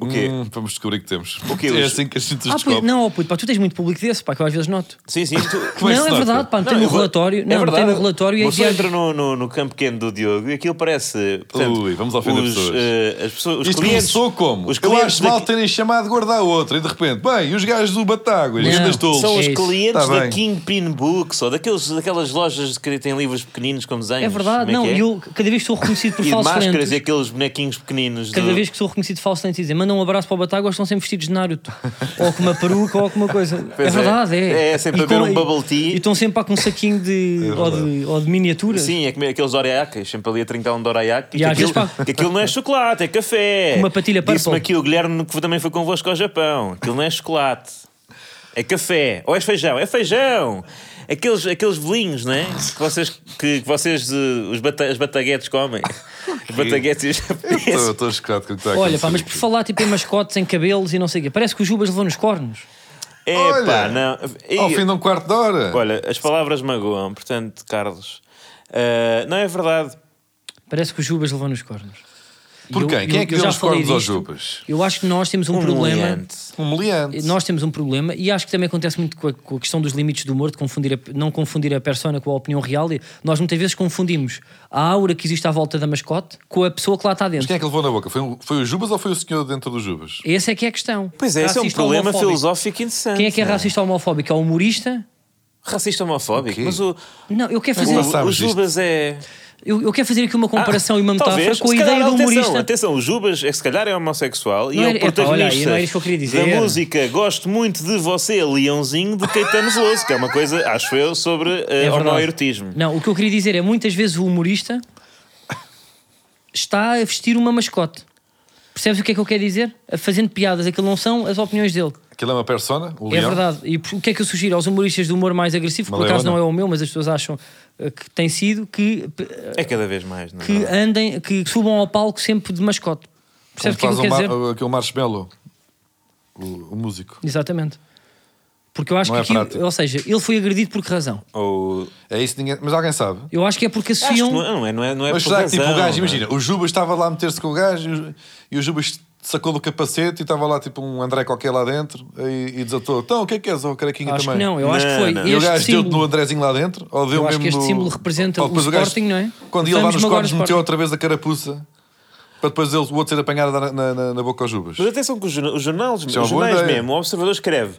[SPEAKER 2] Ah,
[SPEAKER 1] o quê?
[SPEAKER 3] Hum, vamos descobrir que temos.
[SPEAKER 1] O quê,
[SPEAKER 3] É
[SPEAKER 1] Luís?
[SPEAKER 3] assim que a gente os
[SPEAKER 2] Ah,
[SPEAKER 3] descobre.
[SPEAKER 2] puto, não, oh, puto, pá, tu tens muito público desse, pá, que eu às vezes noto.
[SPEAKER 1] Sim, sim. Tu...
[SPEAKER 3] Como é que
[SPEAKER 2] não,
[SPEAKER 3] se
[SPEAKER 2] é
[SPEAKER 3] nota?
[SPEAKER 2] verdade, pá,
[SPEAKER 1] eu
[SPEAKER 2] tem um
[SPEAKER 1] vou- é
[SPEAKER 2] relatório. Não, tem um relatório e
[SPEAKER 1] Uma
[SPEAKER 2] aí
[SPEAKER 1] pessoa
[SPEAKER 2] viaja-
[SPEAKER 1] entra no, no, no campo pequeno do Diogo e aquilo parece. portanto,
[SPEAKER 3] Ui, vamos ofender
[SPEAKER 1] os,
[SPEAKER 3] pessoas.
[SPEAKER 1] eh, as pessoas. Os
[SPEAKER 3] Isto
[SPEAKER 1] clientes,
[SPEAKER 3] começou como?
[SPEAKER 1] Os
[SPEAKER 3] eu
[SPEAKER 1] clientes
[SPEAKER 3] acho mal
[SPEAKER 1] daqui-
[SPEAKER 3] terem chamado guarda a outra e de repente, bem, e os gajos do Batáguas, os
[SPEAKER 2] Não.
[SPEAKER 3] grandes tolos.
[SPEAKER 1] São os
[SPEAKER 2] É isso.
[SPEAKER 1] clientes
[SPEAKER 3] Tá
[SPEAKER 1] da
[SPEAKER 3] bem.
[SPEAKER 1] Kingpin Books ou daqueles, daquelas lojas que têm livros pequeninos com desenhos.
[SPEAKER 2] É verdade, não,
[SPEAKER 1] como é que é?
[SPEAKER 2] eu cada vez que sou reconhecido por
[SPEAKER 1] E de
[SPEAKER 2] falso
[SPEAKER 1] máscaras é
[SPEAKER 2] lentes,
[SPEAKER 1] e aqueles bonequinhos pequeninos.
[SPEAKER 2] cada
[SPEAKER 1] do-
[SPEAKER 2] vez que sou reconhecido por falso lentes, dizem manda um abraço para o Batáguas, estão sempre vestidos de Naruto, ou com uma peruca, ou com uma coisa.
[SPEAKER 1] Pois
[SPEAKER 2] é
[SPEAKER 1] é.
[SPEAKER 2] verdade, é.
[SPEAKER 1] É, sempre
[SPEAKER 2] E
[SPEAKER 1] a beber
[SPEAKER 2] com-
[SPEAKER 1] um bubble tea. É
[SPEAKER 2] E estão sempre pá, com um saquinho de, ou, de, ou de miniaturas.
[SPEAKER 1] Sim, é comer aqueles dorayakis, sempre ali a trincar um dorayaki.
[SPEAKER 2] E
[SPEAKER 1] Que
[SPEAKER 2] às
[SPEAKER 1] aquilo,
[SPEAKER 2] vezes pá-
[SPEAKER 1] que aquilo não é chocolate, é café.
[SPEAKER 2] Uma patilha
[SPEAKER 1] Disse-me
[SPEAKER 2] purple.
[SPEAKER 1] aqui o Guilherme que também foi convosco ao Japão. Aquilo não é chocolate, é café. Ou é feijão, é feijão. Aqueles, aqueles velinhos, né? Que vocês, que, que vocês eh, os bata, as bataguetes comem. Os bataguetes e os japoneses.
[SPEAKER 3] Estou- Estou chocado com o que está a
[SPEAKER 2] Olha, pá, mas
[SPEAKER 3] acontecer
[SPEAKER 2] por
[SPEAKER 3] aqui.
[SPEAKER 2] falar tipo em mascotes, em cabelos e não sei o quê, parece que o Jubas levou nos cornos.
[SPEAKER 1] É pá,
[SPEAKER 3] Olha,
[SPEAKER 1] não. E-
[SPEAKER 3] Ao fim de um quarto de hora.
[SPEAKER 1] Olha, as palavras magoam, portanto, Carlos. eh, não é verdade.
[SPEAKER 2] Parece que o Jubas levou nos cornos.
[SPEAKER 3] Por
[SPEAKER 2] Eu-
[SPEAKER 3] quem? Quem é que deu
[SPEAKER 2] já
[SPEAKER 3] os
[SPEAKER 2] falei
[SPEAKER 3] cornos aos
[SPEAKER 2] disto.
[SPEAKER 3] jupas?
[SPEAKER 2] Eu acho que nós temos um, problema.
[SPEAKER 1] humilhante.
[SPEAKER 3] Humilhante.
[SPEAKER 2] Nós temos um problema e acho que também acontece muito com a, com a questão dos limites do humor, de confundir a- não confundir a persona com a opinião real. E nós muitas vezes confundimos a aura que existe à volta da mascote com a pessoa que lá está
[SPEAKER 3] Mas
[SPEAKER 2] dentro.
[SPEAKER 3] quem é que levou na boca? Foi, um- foi o Jubas ou foi o senhor dentro do Jubas?
[SPEAKER 2] Essa é que é a questão.
[SPEAKER 1] Pois é, esse é um
[SPEAKER 2] Racista
[SPEAKER 1] problema
[SPEAKER 2] homofóbico.
[SPEAKER 1] filosófico interessante.
[SPEAKER 2] Quem é que é
[SPEAKER 1] não
[SPEAKER 2] racista ou homofóbico? É o humorista?
[SPEAKER 1] Racista homofóbico.
[SPEAKER 3] quê?
[SPEAKER 1] Mas o,
[SPEAKER 2] Não, eu quero
[SPEAKER 1] mas
[SPEAKER 2] fazer,
[SPEAKER 3] Vamos lá.
[SPEAKER 1] o, o
[SPEAKER 3] passámos disto.
[SPEAKER 1] Jubas é. Ah,
[SPEAKER 2] eu, eu quero fazer aqui uma comparação e uma metáfora
[SPEAKER 1] talvez.
[SPEAKER 2] com a
[SPEAKER 1] Se
[SPEAKER 2] ideia
[SPEAKER 1] calhar,
[SPEAKER 2] do
[SPEAKER 1] atenção,
[SPEAKER 2] humorista.
[SPEAKER 1] Atenção, o Jubas é que se calhar é homossexual e
[SPEAKER 2] Não
[SPEAKER 1] é
[SPEAKER 2] era-
[SPEAKER 1] o
[SPEAKER 2] epá, olha aí,
[SPEAKER 1] protagonista
[SPEAKER 2] não era isso que eu queria dizer.
[SPEAKER 1] da música Gosto Muito de Você, Leãozinho, de Caetano Veloso, que é uma coisa, acho eu, sobre uh,
[SPEAKER 2] É verdade.
[SPEAKER 1] homoerotismo.
[SPEAKER 2] Não, o que eu queria dizer é muitas vezes o humorista está a vestir uma mascote. Percebes o que é que eu quero dizer? A- Fazendo piadas, aquilo não são as opiniões dele.
[SPEAKER 3] Aquilo é uma persona? O
[SPEAKER 2] É
[SPEAKER 3] leão?
[SPEAKER 2] verdade. E por- o que é que eu sugiro aos humoristas de humor mais agressivo? que Por
[SPEAKER 3] Maleona.
[SPEAKER 2] acaso não é o meu, mas as pessoas acham eh, que tem sido que, pe-
[SPEAKER 1] É cada vez mais, não é?
[SPEAKER 2] que andem, que subam ao palco sempre de mascote.
[SPEAKER 3] Como
[SPEAKER 2] Percebes o que é
[SPEAKER 3] faz
[SPEAKER 2] que eu
[SPEAKER 3] o,
[SPEAKER 2] quero
[SPEAKER 3] Mar,
[SPEAKER 2] dizer?
[SPEAKER 3] o- aquele Marshmallow, o, o músico.
[SPEAKER 2] Exatamente. Porque eu acho
[SPEAKER 3] Não
[SPEAKER 2] que
[SPEAKER 3] é
[SPEAKER 2] aquilo,
[SPEAKER 3] prático.
[SPEAKER 2] ou seja, ele foi agredido por que razão?
[SPEAKER 1] Ou.
[SPEAKER 3] É isso, ninguém, mas alguém sabe.
[SPEAKER 2] Eu acho que é porque
[SPEAKER 1] Acho que
[SPEAKER 2] associam.
[SPEAKER 1] não, é- não é, não é, não é
[SPEAKER 3] mas
[SPEAKER 1] por
[SPEAKER 3] será que tipo,
[SPEAKER 1] razão,
[SPEAKER 3] o gajo,
[SPEAKER 1] não é?
[SPEAKER 3] imagina, o Jubas estava lá a meter-se com o gajo e o, e o Jubas sacou do capacete e estava lá tipo um André qualquer lá dentro e, e desatou. Então, o que é que és, ó, carequinha
[SPEAKER 2] Acho que
[SPEAKER 3] também?
[SPEAKER 2] não, eu acho que
[SPEAKER 1] Não,
[SPEAKER 2] foi.
[SPEAKER 1] não.
[SPEAKER 3] E o
[SPEAKER 2] Este
[SPEAKER 3] gajo deu-te no
[SPEAKER 2] símbolo-
[SPEAKER 3] Andrezinho lá dentro? Ou deu
[SPEAKER 2] Eu acho
[SPEAKER 3] mesmo
[SPEAKER 2] que este
[SPEAKER 3] no-
[SPEAKER 2] símbolo representa
[SPEAKER 3] Ou depois
[SPEAKER 2] o
[SPEAKER 3] gajo,
[SPEAKER 2] Sporting, não é?
[SPEAKER 3] Quando ia lá
[SPEAKER 2] Vamos-me
[SPEAKER 3] nos
[SPEAKER 2] agora
[SPEAKER 3] cornos,
[SPEAKER 2] ao
[SPEAKER 3] meteu
[SPEAKER 2] Sporting.
[SPEAKER 3] outra vez a carapuça para depois ele- o outro ser apanhado na, na, na- na boca aos Jubas.
[SPEAKER 1] Mas atenção que os jorna- os jornais, os
[SPEAKER 3] é uma boa
[SPEAKER 1] jornais
[SPEAKER 3] ideia.
[SPEAKER 1] mesmo, o Observador escreve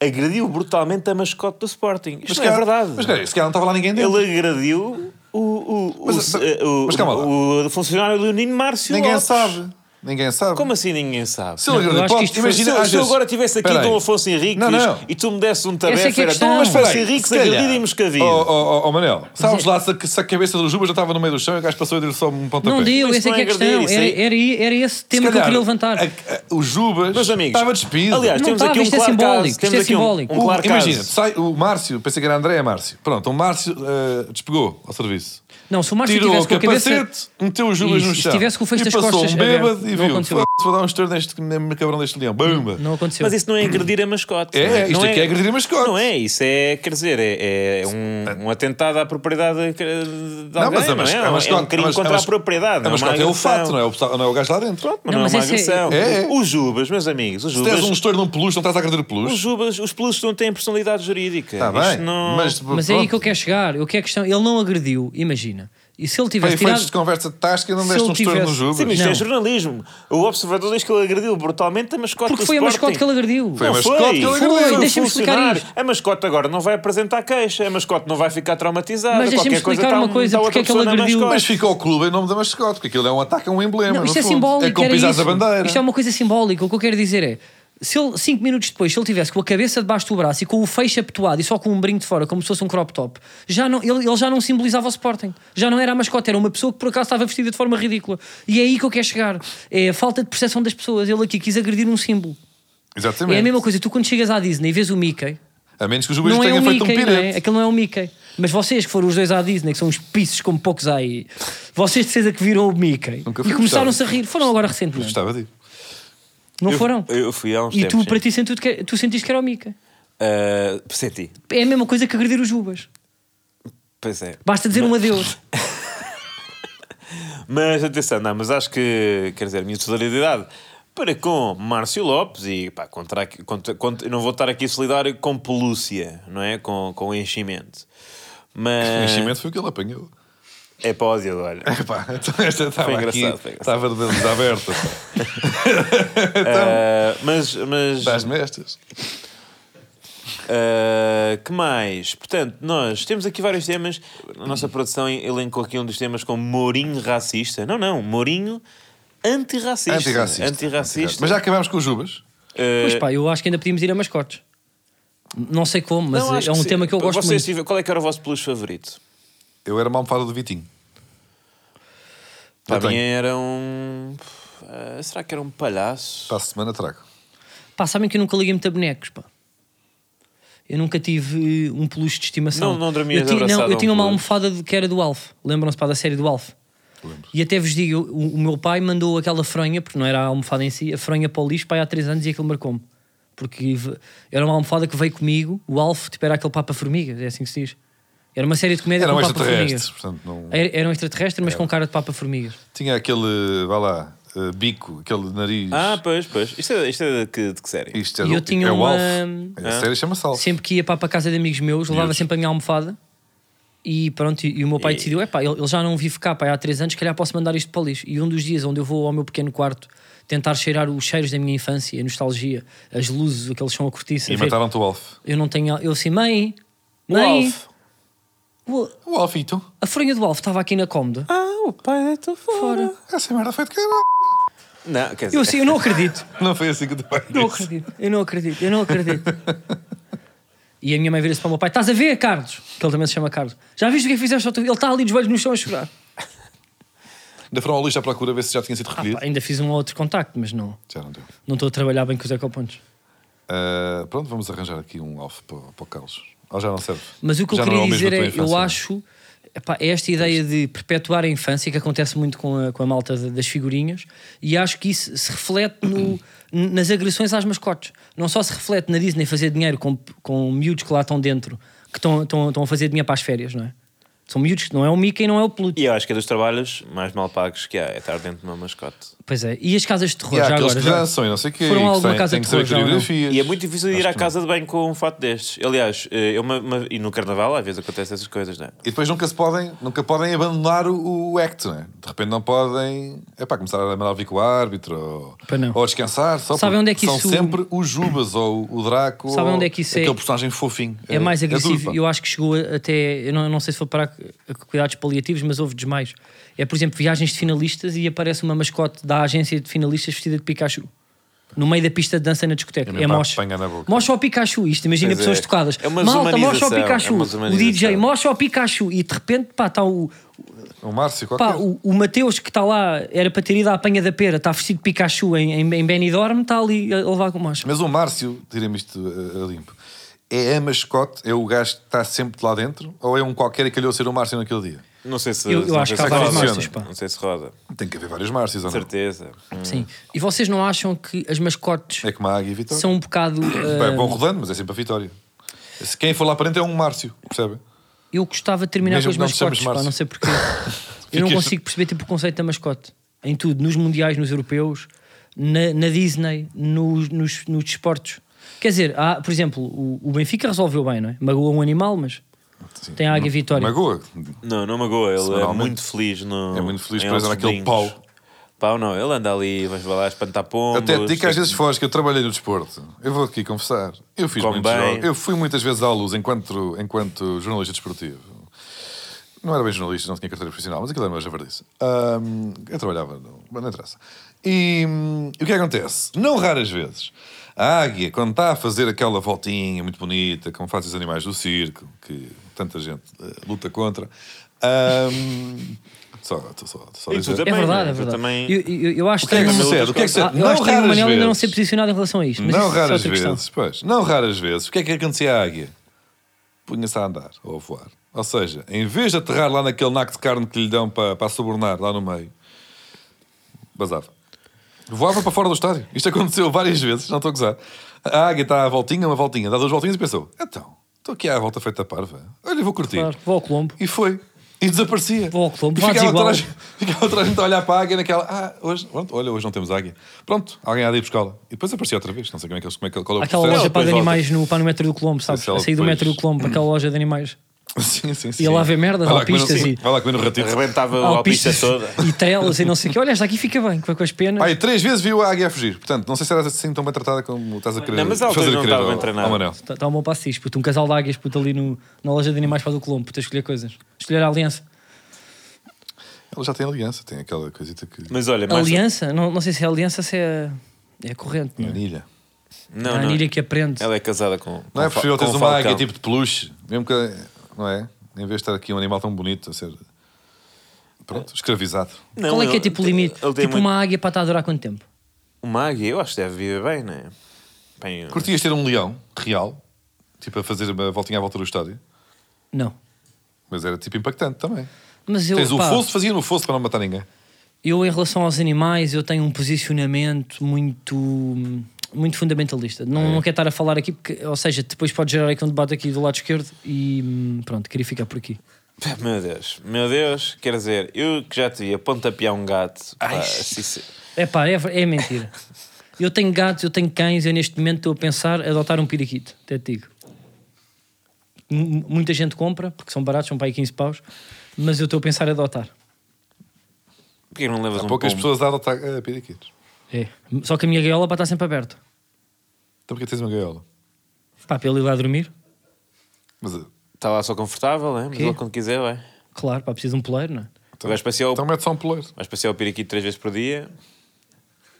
[SPEAKER 1] agrediu brutalmente a mascote do Sporting. Isto não é
[SPEAKER 3] cara-
[SPEAKER 1] verdade.
[SPEAKER 3] Mas cara, se calhar não estava lá ninguém dentro.
[SPEAKER 2] é
[SPEAKER 1] Ele agrediu o, o, o,
[SPEAKER 3] Mas-
[SPEAKER 1] eh, o,
[SPEAKER 3] mas calma lá.
[SPEAKER 1] o, o funcionário Leonino Márcio
[SPEAKER 3] Ninguém
[SPEAKER 1] Lopes.
[SPEAKER 3] sabe. Ninguém sabe.
[SPEAKER 1] Como assim ninguém sabe?
[SPEAKER 3] Se ele
[SPEAKER 2] Não, eu
[SPEAKER 3] agrediu-
[SPEAKER 2] acho que
[SPEAKER 3] pode-
[SPEAKER 2] isto foi-
[SPEAKER 1] Se,
[SPEAKER 3] imagina,
[SPEAKER 1] eu-
[SPEAKER 3] às
[SPEAKER 1] se eu
[SPEAKER 3] vezes-
[SPEAKER 1] agora estivesse aqui
[SPEAKER 3] Espera aí.
[SPEAKER 1] Dom Afonso Henriques
[SPEAKER 3] Não, não.
[SPEAKER 1] e tu me desses um
[SPEAKER 2] é que
[SPEAKER 1] tarefa,
[SPEAKER 2] a
[SPEAKER 1] era
[SPEAKER 2] questão.
[SPEAKER 1] Dom
[SPEAKER 2] Mas
[SPEAKER 1] Afonso
[SPEAKER 3] peraí,
[SPEAKER 1] Henriques um
[SPEAKER 3] se calhar-
[SPEAKER 1] agredido e
[SPEAKER 3] Oh,
[SPEAKER 1] moscavido.
[SPEAKER 3] oh, oh, oh, Manel, sabes lá se, a- se a cabeça do Juba já estava no meio do chão e o gajo passou a dar-lhe só um pontapé.
[SPEAKER 2] Não deu,
[SPEAKER 1] Mas
[SPEAKER 2] essa é
[SPEAKER 1] não
[SPEAKER 2] que é a
[SPEAKER 1] é
[SPEAKER 2] questão.
[SPEAKER 1] agradecer,
[SPEAKER 2] Era,
[SPEAKER 1] isso aí-
[SPEAKER 2] era, era esse tema que eu queria levantar.
[SPEAKER 3] a- a- o Jubas
[SPEAKER 1] Meus amigos,
[SPEAKER 3] estava despido.
[SPEAKER 1] Aliás,
[SPEAKER 2] Não
[SPEAKER 1] temos
[SPEAKER 2] estava,
[SPEAKER 1] aqui um
[SPEAKER 2] isto é
[SPEAKER 1] claro
[SPEAKER 2] simbólico,
[SPEAKER 1] caso.
[SPEAKER 2] isto
[SPEAKER 1] Temos
[SPEAKER 2] é
[SPEAKER 1] aqui um-
[SPEAKER 2] simbólico.
[SPEAKER 1] um claro
[SPEAKER 3] o, imagina,
[SPEAKER 1] caso.
[SPEAKER 3] sai, o Márcio, pensei que era André, é Márcio. Pronto, o Márcio eh, despegou ao serviço.
[SPEAKER 2] Não, se o Márcio
[SPEAKER 3] Tirou é
[SPEAKER 2] tivesse
[SPEAKER 3] o
[SPEAKER 2] com a
[SPEAKER 3] capacete,
[SPEAKER 2] cabeça.
[SPEAKER 3] meteu o Jubas
[SPEAKER 2] Isso,
[SPEAKER 3] no
[SPEAKER 2] se
[SPEAKER 3] chão.
[SPEAKER 2] tivesse com o fecho
[SPEAKER 3] e
[SPEAKER 2] das
[SPEAKER 3] passou
[SPEAKER 2] costas
[SPEAKER 3] um bêbado
[SPEAKER 2] aberto,
[SPEAKER 3] e
[SPEAKER 2] não
[SPEAKER 3] viu.
[SPEAKER 2] aconteceu.
[SPEAKER 3] "Foda-se, Vou dar um estouro neste cabrão deste leão. Bumba!
[SPEAKER 2] Não aconteceu.
[SPEAKER 1] Mas isso não é agredir a mascote.
[SPEAKER 3] É,
[SPEAKER 1] não
[SPEAKER 3] isto
[SPEAKER 1] Não
[SPEAKER 3] aqui é agredir a mascote.
[SPEAKER 1] Não é, isso é, quer dizer, é, é um, um atentado à propriedade de de
[SPEAKER 3] Não,
[SPEAKER 1] alguém,
[SPEAKER 3] mas a
[SPEAKER 1] não
[SPEAKER 3] mas-
[SPEAKER 1] é?
[SPEAKER 3] a mascote-
[SPEAKER 1] É um crime
[SPEAKER 3] mas-
[SPEAKER 1] contra a
[SPEAKER 3] mas-
[SPEAKER 1] propriedade.
[SPEAKER 3] A
[SPEAKER 1] não
[SPEAKER 3] mascote é
[SPEAKER 1] uma
[SPEAKER 3] o fato,
[SPEAKER 1] agressão.
[SPEAKER 3] não é? O, pessoal- não é o gajo lá dentro.
[SPEAKER 1] Pronto, mas
[SPEAKER 2] Não,
[SPEAKER 1] não,
[SPEAKER 2] mas
[SPEAKER 1] é uma
[SPEAKER 2] esse é-
[SPEAKER 1] agressão.
[SPEAKER 3] É, é.
[SPEAKER 1] Os Jubas, meus amigos, os
[SPEAKER 3] Se tens um
[SPEAKER 1] Jubas,
[SPEAKER 3] estouro num peluche, não estás a agredir o peluche.
[SPEAKER 1] os Jubas, os peluches não têm personalidade jurídica.
[SPEAKER 3] Está
[SPEAKER 1] Isto
[SPEAKER 3] Tá bem,
[SPEAKER 1] não...
[SPEAKER 3] mas,
[SPEAKER 2] É, Mas é aí que eu quero chegar. Eu quero a questão. Ele não agrediu, imagina. E se ele tivesse
[SPEAKER 3] Foi feitos de
[SPEAKER 2] tirado.
[SPEAKER 3] conversa de tasca e não
[SPEAKER 2] Se
[SPEAKER 3] deste
[SPEAKER 2] ele
[SPEAKER 3] um estouro no
[SPEAKER 2] tivesse-
[SPEAKER 3] Jubas.
[SPEAKER 1] Sim, mas isto
[SPEAKER 2] Não.
[SPEAKER 1] é jornalismo. O observador diz que ele agrediu brutalmente a mascote
[SPEAKER 2] Porque
[SPEAKER 1] do
[SPEAKER 2] foi a
[SPEAKER 1] Sporting.
[SPEAKER 2] mascote que ele agrediu.
[SPEAKER 3] Foi a
[SPEAKER 1] Não
[SPEAKER 3] mascote que ele
[SPEAKER 1] Foi,
[SPEAKER 3] agrediu.
[SPEAKER 1] foi um
[SPEAKER 2] Deixa-me explicar
[SPEAKER 1] funcionário.
[SPEAKER 2] isto.
[SPEAKER 1] A mascote agora não vai apresentar queixa, a mascote não vai ficar traumatizada.
[SPEAKER 2] Mas deixa-me
[SPEAKER 1] Qualquer coisa
[SPEAKER 2] explicar
[SPEAKER 1] está
[SPEAKER 2] uma
[SPEAKER 1] um-
[SPEAKER 2] coisa,
[SPEAKER 1] está outra
[SPEAKER 2] porque é que ele
[SPEAKER 1] pessoa na
[SPEAKER 2] agrediu?
[SPEAKER 1] mascote.
[SPEAKER 3] Mas fica o clube em nome da mascote, porque aquilo é um ataque a um emblema.
[SPEAKER 2] Não,
[SPEAKER 3] no
[SPEAKER 2] isto é
[SPEAKER 3] fundo. É
[SPEAKER 2] simbólico.
[SPEAKER 3] como
[SPEAKER 2] era
[SPEAKER 3] pisares a
[SPEAKER 2] isso.
[SPEAKER 3] bandeira.
[SPEAKER 2] Isto é uma coisa simbólica. O que eu quero dizer é. Se ele, cinco minutos depois, se ele tivesse com a cabeça debaixo do braço e com o feixe apetuado e só com um brinco de fora, como se fosse um crop top, já não, ele, ele já não simbolizava o Sporting. Já não era a mascote, era uma pessoa que por acaso estava vestida de forma ridícula. E é aí que eu quero chegar. É a falta de percepção das pessoas. Ele aqui quis agredir um símbolo.
[SPEAKER 3] Exatamente.
[SPEAKER 2] É a mesma coisa. Tu quando chegas à Disney e vês o Mickey,
[SPEAKER 3] A menos que o Jubas
[SPEAKER 2] não é
[SPEAKER 3] tenha
[SPEAKER 2] um
[SPEAKER 3] feito
[SPEAKER 2] Mickey,
[SPEAKER 3] um
[SPEAKER 2] não é?
[SPEAKER 3] pirete.
[SPEAKER 2] Aquilo não é um Mickey. Mas vocês que foram os dois à Disney, que são uns pisos como poucos há aí, vocês de certeza que viram o Mickey
[SPEAKER 3] Nunca fui,
[SPEAKER 2] e começaram-se a
[SPEAKER 3] gostava.
[SPEAKER 2] rir. Foram agora recentemente.
[SPEAKER 3] Gostava de ir.
[SPEAKER 2] Não
[SPEAKER 1] Eu-
[SPEAKER 2] foram?
[SPEAKER 1] Eu fui há uns
[SPEAKER 2] E
[SPEAKER 1] tempos.
[SPEAKER 2] tu, para
[SPEAKER 1] sim.
[SPEAKER 2] ti, senti- que- é- tu sentiste que era o Mica.
[SPEAKER 1] Ah, senti.
[SPEAKER 2] É a mesma coisa que agredir os Jubas.
[SPEAKER 1] Pois é.
[SPEAKER 2] Basta dizer um adeus.
[SPEAKER 1] Mas atenção, não, mas acho que, quer dizer, a minha solidariedade para com Márcio Lopes e pá, contra, contra, contra- eu não vou estar aqui solidário com pelúcia, não é? Com, com enchimento.
[SPEAKER 3] O
[SPEAKER 1] Mas
[SPEAKER 3] enchimento foi o que ele apanhou.
[SPEAKER 1] é para o Zildo, olha.
[SPEAKER 3] Epá, então esta estava aqui.
[SPEAKER 1] engraçado, foi engraçado.
[SPEAKER 3] Estava de dedos abertos.
[SPEAKER 1] Ah, mas mas
[SPEAKER 3] Das mestas.
[SPEAKER 1] ah, que mais? Portanto, nós temos aqui vários temas. A nossa produção elencou aqui um dos temas como Mourinho racista. Não, não, Mourinho antirracista.
[SPEAKER 3] Antirracista.
[SPEAKER 1] Antirracista.
[SPEAKER 3] Mas já acabámos com o Jubas.
[SPEAKER 1] Ah,
[SPEAKER 2] Pois pá, eu acho que ainda podíamos ir a mascotes. Não sei como, mas
[SPEAKER 1] Ah, não, acho
[SPEAKER 2] é um
[SPEAKER 1] sim.
[SPEAKER 2] tema que eu gosto
[SPEAKER 1] Vocês
[SPEAKER 2] muito.
[SPEAKER 1] tiveram- qual é que era o vosso peluche favorito?
[SPEAKER 3] Eu era uma almofada do Vitinho. Eu
[SPEAKER 1] Para mim
[SPEAKER 3] tenho.
[SPEAKER 1] era um. Ah, será que era um palhaço?
[SPEAKER 3] Para a semana trago.
[SPEAKER 2] Pá, sabem que eu nunca liguei muito a bonecos, pá. Eu nunca tive eh, um peluche de estimação.
[SPEAKER 1] Não- não dormias
[SPEAKER 2] eu tinha,
[SPEAKER 1] abraçado
[SPEAKER 2] eu
[SPEAKER 1] a um
[SPEAKER 2] tinha uma
[SPEAKER 1] peluche?
[SPEAKER 2] almofada de- que era do Alf. Lembram-se para da série do Alf?
[SPEAKER 3] Lembro.
[SPEAKER 2] E até vos digo, eu- o, o meu pai mandou aquela fronha, porque não era a almofada em si, a fronha para o lixo, pai há 3 anos e aquilo marcou-me. Porque ve- era uma almofada que veio comigo, o Alf, tipo, era aquele Papa Formiga, é assim que se diz. Era uma série de comédia
[SPEAKER 3] Era
[SPEAKER 2] com
[SPEAKER 3] um
[SPEAKER 2] Papa Formiga.
[SPEAKER 3] extraterrestre. Portanto, não...
[SPEAKER 2] Era, era um extraterrestre, mas com cara de Papa Formiga.
[SPEAKER 3] Tinha aquele, vá lá, eh, bico, aquele nariz.
[SPEAKER 1] Ah, pois, pois. Isto é, isto é de, que, de que série?
[SPEAKER 3] Isto é,
[SPEAKER 2] E
[SPEAKER 3] do,
[SPEAKER 2] eu tinha
[SPEAKER 3] é o
[SPEAKER 2] uma- Ah?
[SPEAKER 3] Alf. A série chama-se Alf.
[SPEAKER 2] Sempre que ia para a casa de amigos meus, levava
[SPEAKER 3] Miúdos.
[SPEAKER 2] sempre a minha almofada. E pronto, e e o meu pai decidiu: é pá, ele, ele já não vive cá pá, há três anos, se calhar posso mandar isto para o lixo. E um dos dias onde eu vou ao meu pequeno quarto tentar cheirar os cheiros da minha infância, a nostalgia, as luzes, aqueles são a cortiça.
[SPEAKER 3] E
[SPEAKER 2] ver-
[SPEAKER 3] mataram-te o Alf.
[SPEAKER 2] Eu não tenho. Eu assim, mãe,
[SPEAKER 1] O
[SPEAKER 2] mãe,
[SPEAKER 1] Alf.
[SPEAKER 2] o-
[SPEAKER 3] O Alf e tu?
[SPEAKER 2] a fronha do Alf estava aqui na cómoda.
[SPEAKER 1] Ah, o pai deitou fora.
[SPEAKER 2] Fora.
[SPEAKER 3] Essa merda foi de cara.
[SPEAKER 1] Não, quer dizer.
[SPEAKER 2] Eu assim, eu não acredito.
[SPEAKER 3] Não foi assim que tu pai
[SPEAKER 2] Eu não
[SPEAKER 3] disse.
[SPEAKER 2] acredito, eu não acredito, eu não acredito. E a minha mãe vira-se para o meu pai: Estás a ver, Carlos? Que ele também se chama Carlos. Já viste o que é que fizeste ao teu filho? Ele está ali de joelhos no chão a chorar.
[SPEAKER 3] Ainda foram ao lixo à procura ver se já tinha sido
[SPEAKER 2] Ah,
[SPEAKER 3] recolhido.
[SPEAKER 2] pá, é. ainda fiz um outro contacto, mas não.
[SPEAKER 3] já não deu.
[SPEAKER 2] Não estou a trabalhar bem com os ecopontos.
[SPEAKER 3] Ah, pronto, vamos arranjar aqui um Alf para, para o Carlos. Ou já não serve.
[SPEAKER 2] Mas o que
[SPEAKER 3] Já
[SPEAKER 2] eu
[SPEAKER 3] não
[SPEAKER 2] queria
[SPEAKER 3] o mesmo
[SPEAKER 2] dizer
[SPEAKER 3] da tua
[SPEAKER 2] é:
[SPEAKER 3] infância,
[SPEAKER 2] eu
[SPEAKER 3] não é?
[SPEAKER 2] acho. epá, é esta ideia de perpetuar a infância que acontece muito com a, com a malta de- das figurinhas e acho que isso se reflete no- nas agressões às mascotes. Não só se reflete na Disney fazer dinheiro com, com miúdos que lá estão dentro, que estão, estão, estão a fazer dinheiro para as férias, não é? São miúdos, não é o Mickey, não é o Pluto.
[SPEAKER 1] E eu acho que é dos trabalhos mais mal pagos que há, é estar dentro de uma mascote.
[SPEAKER 2] Pois é, e as casas de terror,
[SPEAKER 3] E há
[SPEAKER 2] já
[SPEAKER 3] aqueles
[SPEAKER 2] agora.
[SPEAKER 3] que
[SPEAKER 2] Já...
[SPEAKER 3] dançam e não sei o quê.
[SPEAKER 2] Foram a
[SPEAKER 3] e que
[SPEAKER 2] alguma
[SPEAKER 3] têm-
[SPEAKER 2] casa
[SPEAKER 3] têm
[SPEAKER 2] de
[SPEAKER 3] que
[SPEAKER 2] terror,
[SPEAKER 3] saber
[SPEAKER 2] já ou não?
[SPEAKER 3] coreografias.
[SPEAKER 1] E é muito difícil ir à casa de banho com um fato destes. Aliás, eh, eu uma- uma- e no carnaval às vezes acontecem essas coisas, não é?
[SPEAKER 3] E depois nunca se podem, nunca podem abandonar o, o act, né? De repente não podem, é pá, começar a mandar vir com o árbitro ou,
[SPEAKER 2] Pois não.
[SPEAKER 3] ou descansar, só
[SPEAKER 2] Sabem
[SPEAKER 3] porque
[SPEAKER 2] onde é que
[SPEAKER 3] são
[SPEAKER 2] isso-
[SPEAKER 3] sempre o Jubas ou o Draco,
[SPEAKER 2] Sabem
[SPEAKER 3] ou
[SPEAKER 2] onde é que isso é-
[SPEAKER 3] aquele personagem fofinho.
[SPEAKER 2] É mais
[SPEAKER 3] duro,
[SPEAKER 2] agressivo.
[SPEAKER 3] pá.
[SPEAKER 2] eu acho que chegou a- até. Eu não, eu não sei se foi para a- a cuidados paliativos, mas houve desmais. É, por exemplo, viagens de finalistas e aparece uma mascote da agência de finalistas vestida de Pikachu. No meio da pista de dança na discoteca.
[SPEAKER 3] É
[SPEAKER 2] É,
[SPEAKER 3] mesmo para
[SPEAKER 2] mocha.
[SPEAKER 3] apanhar na boca.
[SPEAKER 2] Mocha ao Pikachu. Isto, imagina
[SPEAKER 1] Pois
[SPEAKER 2] pessoas
[SPEAKER 1] é.
[SPEAKER 2] tocadas.
[SPEAKER 1] É uma
[SPEAKER 2] Malta, mocha ao
[SPEAKER 1] desumanização, é
[SPEAKER 2] Pikachu.
[SPEAKER 1] uma
[SPEAKER 2] o DJ,
[SPEAKER 1] desumanização.
[SPEAKER 2] mocha ao Pikachu. E de repente, pá, está o,
[SPEAKER 3] O Márcio, qualquer.
[SPEAKER 2] pá, o, o Mateus que está lá, era para ter ido à apanha da pera, está vestido de Pikachu em, em, em Benidorm, está ali a a levar com mocha.
[SPEAKER 3] Mas o Márcio, tirem-me isto eh, a, a limpo, é a mascote, é o gajo que está sempre lá dentro, ou é um qualquer e calhou ser o Márcio naquele dia?
[SPEAKER 1] Não sei se.
[SPEAKER 2] Eu- eu
[SPEAKER 1] não sei
[SPEAKER 2] acho
[SPEAKER 3] que
[SPEAKER 1] se
[SPEAKER 3] há vários
[SPEAKER 1] roda.
[SPEAKER 3] Márcios,
[SPEAKER 2] pá.
[SPEAKER 1] Não sei se roda.
[SPEAKER 3] Tem que haver vários Márcios, ou não?
[SPEAKER 1] Certeza.
[SPEAKER 2] Sim. E vocês não acham que as mascotes
[SPEAKER 3] É como a Águia e a Vitória.
[SPEAKER 2] são um bocado.
[SPEAKER 3] Bem,
[SPEAKER 2] ah,
[SPEAKER 3] vão rodando, mas é sempre a Vitória. Se Quem for lá para dentro é um Márcio, percebem?
[SPEAKER 2] eu gostava de terminar
[SPEAKER 3] Mesmo
[SPEAKER 2] com
[SPEAKER 3] que não
[SPEAKER 2] as
[SPEAKER 3] te chames
[SPEAKER 2] mascotes, pá,
[SPEAKER 3] Márcio.
[SPEAKER 2] não sei porquê. eu não
[SPEAKER 3] Ficas-
[SPEAKER 2] consigo perceber tipo, o conceito da mascote. Em tudo, nos mundiais, nos europeus, na, na Disney, nos, nos, nos desportos. Quer dizer, há, por exemplo, o, o Benfica resolveu bem, não é? Magoou um animal, mas
[SPEAKER 3] Sim.
[SPEAKER 2] tem a Águia Vitória.
[SPEAKER 3] Magoa.
[SPEAKER 1] Não, não magoa. Ele é
[SPEAKER 3] Semanalmente.
[SPEAKER 1] muito feliz no.
[SPEAKER 3] É muito feliz,
[SPEAKER 1] em
[SPEAKER 3] por exemplo,
[SPEAKER 1] altos
[SPEAKER 3] naquele
[SPEAKER 1] brincos.
[SPEAKER 3] pau.
[SPEAKER 1] Pau não, ele anda ali, vai lá espantar pombos. é
[SPEAKER 3] Até te digo que às
[SPEAKER 1] tem-
[SPEAKER 3] vezes foge, que eu trabalhei no desporto. Eu vou aqui confessar. Eu fiz
[SPEAKER 1] Come
[SPEAKER 3] muitos
[SPEAKER 1] bem.
[SPEAKER 3] jogos. Eu fui muitas vezes à luz enquanto, enquanto jornalista desportivo. Não era bem jornalista, não tinha carteira profissional, mas aquilo era uma javardice. Ahm, eu trabalhava, no- mas não interessa. E, hum, e o que acontece? Não raras vezes, a águia, quando está a fazer aquela voltinha muito bonita, como fazem os animais do circo, que tanta gente eh, luta contra. ahm, só, tô só, tô só a
[SPEAKER 1] E tu
[SPEAKER 3] dizer-
[SPEAKER 1] também.
[SPEAKER 2] É verdade,
[SPEAKER 1] né?
[SPEAKER 2] é verdade.
[SPEAKER 1] Eu também-
[SPEAKER 2] Eu, eu- eu acho
[SPEAKER 3] O que é que
[SPEAKER 2] estranho-
[SPEAKER 3] sucede? O que é que
[SPEAKER 2] Ah,
[SPEAKER 3] sucede?
[SPEAKER 2] Eu acho
[SPEAKER 3] Não
[SPEAKER 2] que o
[SPEAKER 3] raras
[SPEAKER 2] Manel ainda não
[SPEAKER 3] vezes.
[SPEAKER 2] ser posicionado em relação a isto. Mas
[SPEAKER 3] não
[SPEAKER 2] isso é
[SPEAKER 3] raras
[SPEAKER 2] outra questão.
[SPEAKER 3] vezes, pois, não raras vezes. O que é que acontecia à águia? Punha-se a andar ou a voar. Ou seja, em vez de aterrar lá naquele naco de carne que lhe dão para, para subornar lá no meio, basava. Voava para fora do estádio. Isto aconteceu várias vezes, não estou a gozar. A águia está à voltinha, uma voltinha, dá duas voltinhas e pensou: então, estou aqui à volta feita parva. Olha, vou curtir.
[SPEAKER 2] Claro, vou ao Colombo.
[SPEAKER 3] E foi. E desaparecia.
[SPEAKER 2] Vou ao clube,
[SPEAKER 3] e
[SPEAKER 2] vá
[SPEAKER 3] ficava
[SPEAKER 2] desigual.
[SPEAKER 3] atrás, ficava atrás de gente a olhar para a águia naquela. Ah, hoje, pronto, olha, hoje não temos águia. Pronto, alguém há de ir buscá-la. E depois aparecia outra vez. Não sei como é que eles. Como é que, qual é o
[SPEAKER 2] Aquela
[SPEAKER 3] processo.
[SPEAKER 2] loja para de
[SPEAKER 1] depois
[SPEAKER 2] animais no, para no metro do Colombo, sabes?
[SPEAKER 3] Esse é o
[SPEAKER 2] A sair do
[SPEAKER 3] depois.
[SPEAKER 2] metro do Colombo, para aquela loja de animais.
[SPEAKER 3] Sim, sim, sim.
[SPEAKER 2] Ia lá ver merdas,
[SPEAKER 3] Vai lá
[SPEAKER 2] alpistas
[SPEAKER 3] comer no-
[SPEAKER 2] e-
[SPEAKER 3] Vai lá comer no ratito.
[SPEAKER 1] Arrebentava a pista
[SPEAKER 2] Alpistas
[SPEAKER 1] toda.
[SPEAKER 2] E telas e não sei o quê. Olha, esta aqui fica bem, com com as penas.
[SPEAKER 3] Pai, três vezes viu a águia a fugir. Portanto, não sei se era assim tão bem tratada como estás a querer.
[SPEAKER 1] Não, mas ela
[SPEAKER 3] fazer
[SPEAKER 1] depois não
[SPEAKER 3] crer
[SPEAKER 1] estava
[SPEAKER 3] ao-
[SPEAKER 1] bem treinada.
[SPEAKER 3] ao Manel.
[SPEAKER 2] Está tá um bom passo disto, puto. Um casal de águias, puto, ali no, na loja de animais para do Colombo, puto, a escolher coisas. Escolher a aliança.
[SPEAKER 3] Ela já tem aliança, tem aquela coisita que.
[SPEAKER 1] Mas olha, É mais. um-
[SPEAKER 2] aliança? Não, não sei se é aliança, se é, é corrente. Não, é?
[SPEAKER 3] Anilha.
[SPEAKER 1] Não,
[SPEAKER 2] a
[SPEAKER 1] não.
[SPEAKER 2] anilha que aprende.
[SPEAKER 1] Ela é casada com.
[SPEAKER 3] Não é
[SPEAKER 1] com Fa-
[SPEAKER 3] possível teres
[SPEAKER 1] com
[SPEAKER 3] uma
[SPEAKER 1] Falcão.
[SPEAKER 3] águia tipo de peluche, mesmo que. Não é? Em vez de estar aqui um animal tão bonito a ser. Pronto, escravizado.
[SPEAKER 1] Não,
[SPEAKER 2] Qual é que é
[SPEAKER 1] ele-
[SPEAKER 2] tipo o limite?
[SPEAKER 1] ele tem
[SPEAKER 2] Tipo
[SPEAKER 1] muito-
[SPEAKER 2] uma águia para estar a durar quanto tempo?
[SPEAKER 1] Uma águia, eu acho que deve viver bem, não é? Bem,
[SPEAKER 3] Curtias ter um leão real, tipo a fazer uma voltinha à volta do estádio,
[SPEAKER 2] Não. mas
[SPEAKER 3] mas era tipo impactante também.
[SPEAKER 2] Mas eu,
[SPEAKER 3] Tens o
[SPEAKER 2] pá,
[SPEAKER 3] fosso, fazia no fosso para não matar ninguém.
[SPEAKER 2] eu em relação aos animais eu tenho um posicionamento muito muito fundamentalista não,
[SPEAKER 1] É.
[SPEAKER 2] não quero estar a falar aqui porque ou seja depois pode gerar aqui um debate aqui do lado esquerdo e hum, pronto queria ficar por aqui
[SPEAKER 1] Pá, Meu Deus, meu Deus, quer dizer, eu que já te vi a pontapear um gato. pá,
[SPEAKER 3] Ai.
[SPEAKER 1] assim se-
[SPEAKER 2] É pá, é, ver- é mentira. Eu tenho gatos, eu tenho cães, eu neste momento estou a pensar em adotar um periquito, até te digo. M- muita gente compra, porque são baratos, são para aí 15 paus, mas eu estou a pensar em adotar.
[SPEAKER 1] Porquê que não levas
[SPEAKER 3] Há
[SPEAKER 1] um
[SPEAKER 3] poucas
[SPEAKER 1] pombo?
[SPEAKER 3] pessoas a adotar uh, periquitos.
[SPEAKER 2] É. Só que a minha gaiola pá, está sempre aberta.
[SPEAKER 3] Então porquê tens uma gaiola?
[SPEAKER 2] Pá, para ele ir lá dormir,
[SPEAKER 3] Mas, uh,
[SPEAKER 1] Está Tá lá só confortável, hein? mas
[SPEAKER 2] Quê?
[SPEAKER 1] ele quando quiser vai.
[SPEAKER 2] claro, pá, precisa de um poleiro, não é?
[SPEAKER 1] Tu vais passear o,
[SPEAKER 3] então mete só um poleiro.
[SPEAKER 1] vais passear o periquito três vezes por dia.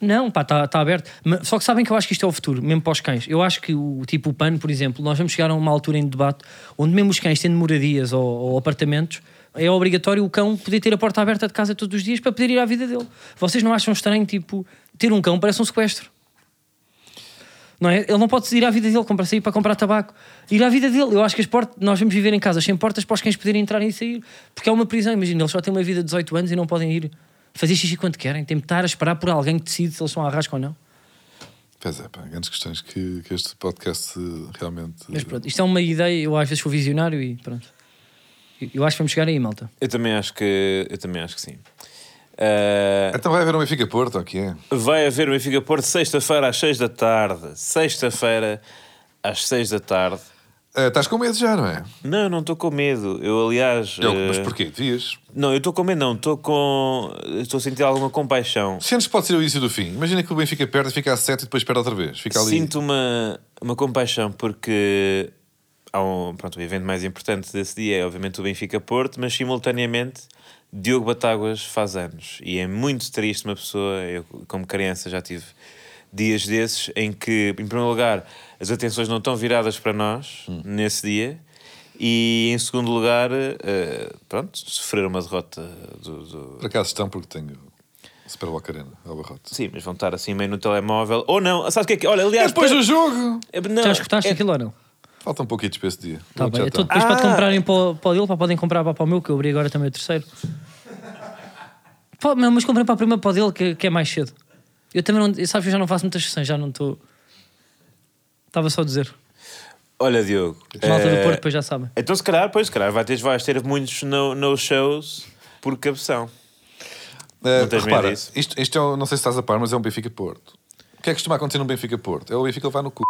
[SPEAKER 2] Não, pá, está tá aberto. Mas- só que sabem que eu acho que isto é o futuro, mesmo para os cães. Eu acho que o tipo o pano, por exemplo, nós vamos chegar a uma altura em debate onde mesmo os cães tendo moradias ou, ou apartamentos, é obrigatório o cão poder ter a porta aberta de casa todos os dias para poder ir à vida dele. Vocês não acham estranho, tipo, ter um cão parece um sequestro? Não é? Ele não pode ir à vida dele, comprar, sair para comprar tabaco. Ir à vida dele. Eu acho que as portas, nós vamos viver em casas sem portas para os cães poderem entrar e sair. Porque é uma prisão. Imagina, eles só têm uma vida de 18 anos e não podem ir fazer xixi quando querem. Tem que estar a esperar por alguém que decide se eles são à rasca ou não.
[SPEAKER 3] Pois é, pá, grandes questões que, que este podcast uh, realmente.
[SPEAKER 2] Mas pronto, isto é uma ideia. Eu às vezes sou visionário e pronto. Eu- Eu acho que vamos chegar aí, malta.
[SPEAKER 1] Eu também acho que, eu também acho que sim. Ah,
[SPEAKER 3] Então vai haver um Benfica Porto, ou o que é?
[SPEAKER 1] Vai haver o Benfica Porto sexta-feira às 6 da tarde. Sexta-feira às 6 da tarde.
[SPEAKER 3] Ah, Estás com medo já, não é?
[SPEAKER 1] Não, não estou com medo. Eu, aliás.
[SPEAKER 3] Eu,
[SPEAKER 1] eh,
[SPEAKER 3] mas porquê? Devias.
[SPEAKER 1] Não, eu estou com medo, não. Estou com. Estou a sentir alguma compaixão.
[SPEAKER 3] Sentes que pode ser o início do fim. Imagina que o Benfica perde, fica a 7 e depois perde outra vez. Fica ali.
[SPEAKER 1] Sinto uma, uma compaixão porque há um, pronto, o evento mais importante desse dia é obviamente o Benfica Porto, mas simultaneamente Diogo Batáguas faz anos e é muito triste uma pessoa, eu como criança já tive dias desses em que, em primeiro lugar, as atenções não estão viradas para nós
[SPEAKER 3] Hum.
[SPEAKER 1] nesse dia e em segundo lugar, eh, pronto, sofrer uma derrota do- do,
[SPEAKER 3] Por acaso estão, porque tenho Super Boca Arena, ao barrote.
[SPEAKER 1] Sim, mas vão estar assim meio no telemóvel. Ou não, sabes o que é que. Olha,
[SPEAKER 3] É
[SPEAKER 1] aliás.
[SPEAKER 3] depois
[SPEAKER 1] para-
[SPEAKER 3] do jogo!
[SPEAKER 1] É, não,
[SPEAKER 2] Já escutaste
[SPEAKER 1] é-
[SPEAKER 2] aquilo ou não?
[SPEAKER 3] Falta um pouquinho para esse dia.
[SPEAKER 2] Tá
[SPEAKER 3] Não,
[SPEAKER 2] bem.
[SPEAKER 3] já
[SPEAKER 2] Então
[SPEAKER 3] está.
[SPEAKER 2] depois pode
[SPEAKER 1] Ah!
[SPEAKER 2] comprarem para, o- para o dele, pá, podem comprar pá, para o meu, que eu abri agora também o terceiro. Pá, mas comprem para o primeiro para o dele, que, que é mais cedo. Eu também não. Sabes, que eu já não faço muitas sessões, já não estou. Estava só a dizer.
[SPEAKER 1] Olha, Diogo.
[SPEAKER 2] Malta do
[SPEAKER 3] É.
[SPEAKER 1] eh,
[SPEAKER 2] Porto, depois já sabem.
[SPEAKER 1] Então, se calhar, pois, se calhar, vai ter, vais ter muitos no, no shows por cabeção.
[SPEAKER 3] Eh,
[SPEAKER 1] não tens medo
[SPEAKER 3] repara,
[SPEAKER 1] disso?
[SPEAKER 3] Isto, isto é um- não sei se estás a par, mas é um Benfica Porto. O que é que costuma acontecer num Benfica Porto? É o Benfica levar no cu.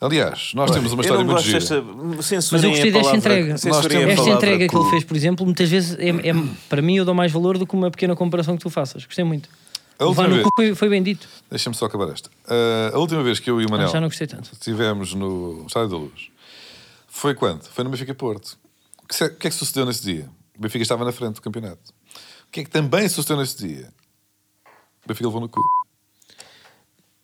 [SPEAKER 3] Aliás, nós temos uma
[SPEAKER 1] Eu
[SPEAKER 3] história
[SPEAKER 1] não
[SPEAKER 3] muito
[SPEAKER 1] gosto
[SPEAKER 3] gira.
[SPEAKER 1] desta.
[SPEAKER 2] Mas eu
[SPEAKER 1] Censurem
[SPEAKER 2] gostei
[SPEAKER 1] a
[SPEAKER 2] desta
[SPEAKER 1] palavra-
[SPEAKER 2] entrega.
[SPEAKER 1] censurem a
[SPEAKER 3] temos-
[SPEAKER 2] Esta
[SPEAKER 1] palavra
[SPEAKER 2] entrega que
[SPEAKER 1] cu.
[SPEAKER 2] ele fez, por exemplo, muitas vezes é, é- para mim eu dou mais valor do que uma pequena comparação que tu faças. Gostei muito.
[SPEAKER 3] A última
[SPEAKER 2] Levar no
[SPEAKER 3] vez.
[SPEAKER 2] cu foi, foi bendito.
[SPEAKER 3] Deixa-me só acabar esta. Eh, a última vez que eu e o Manel
[SPEAKER 2] Ah, já não gostei tanto.
[SPEAKER 3] estivemos no Estádio da Luz foi quando? Foi no Benfica Porto. O que, se- o que é que sucedeu nesse dia? O Benfica estava na frente do campeonato. O que é que também sucedeu nesse dia? O Benfica levou no cu.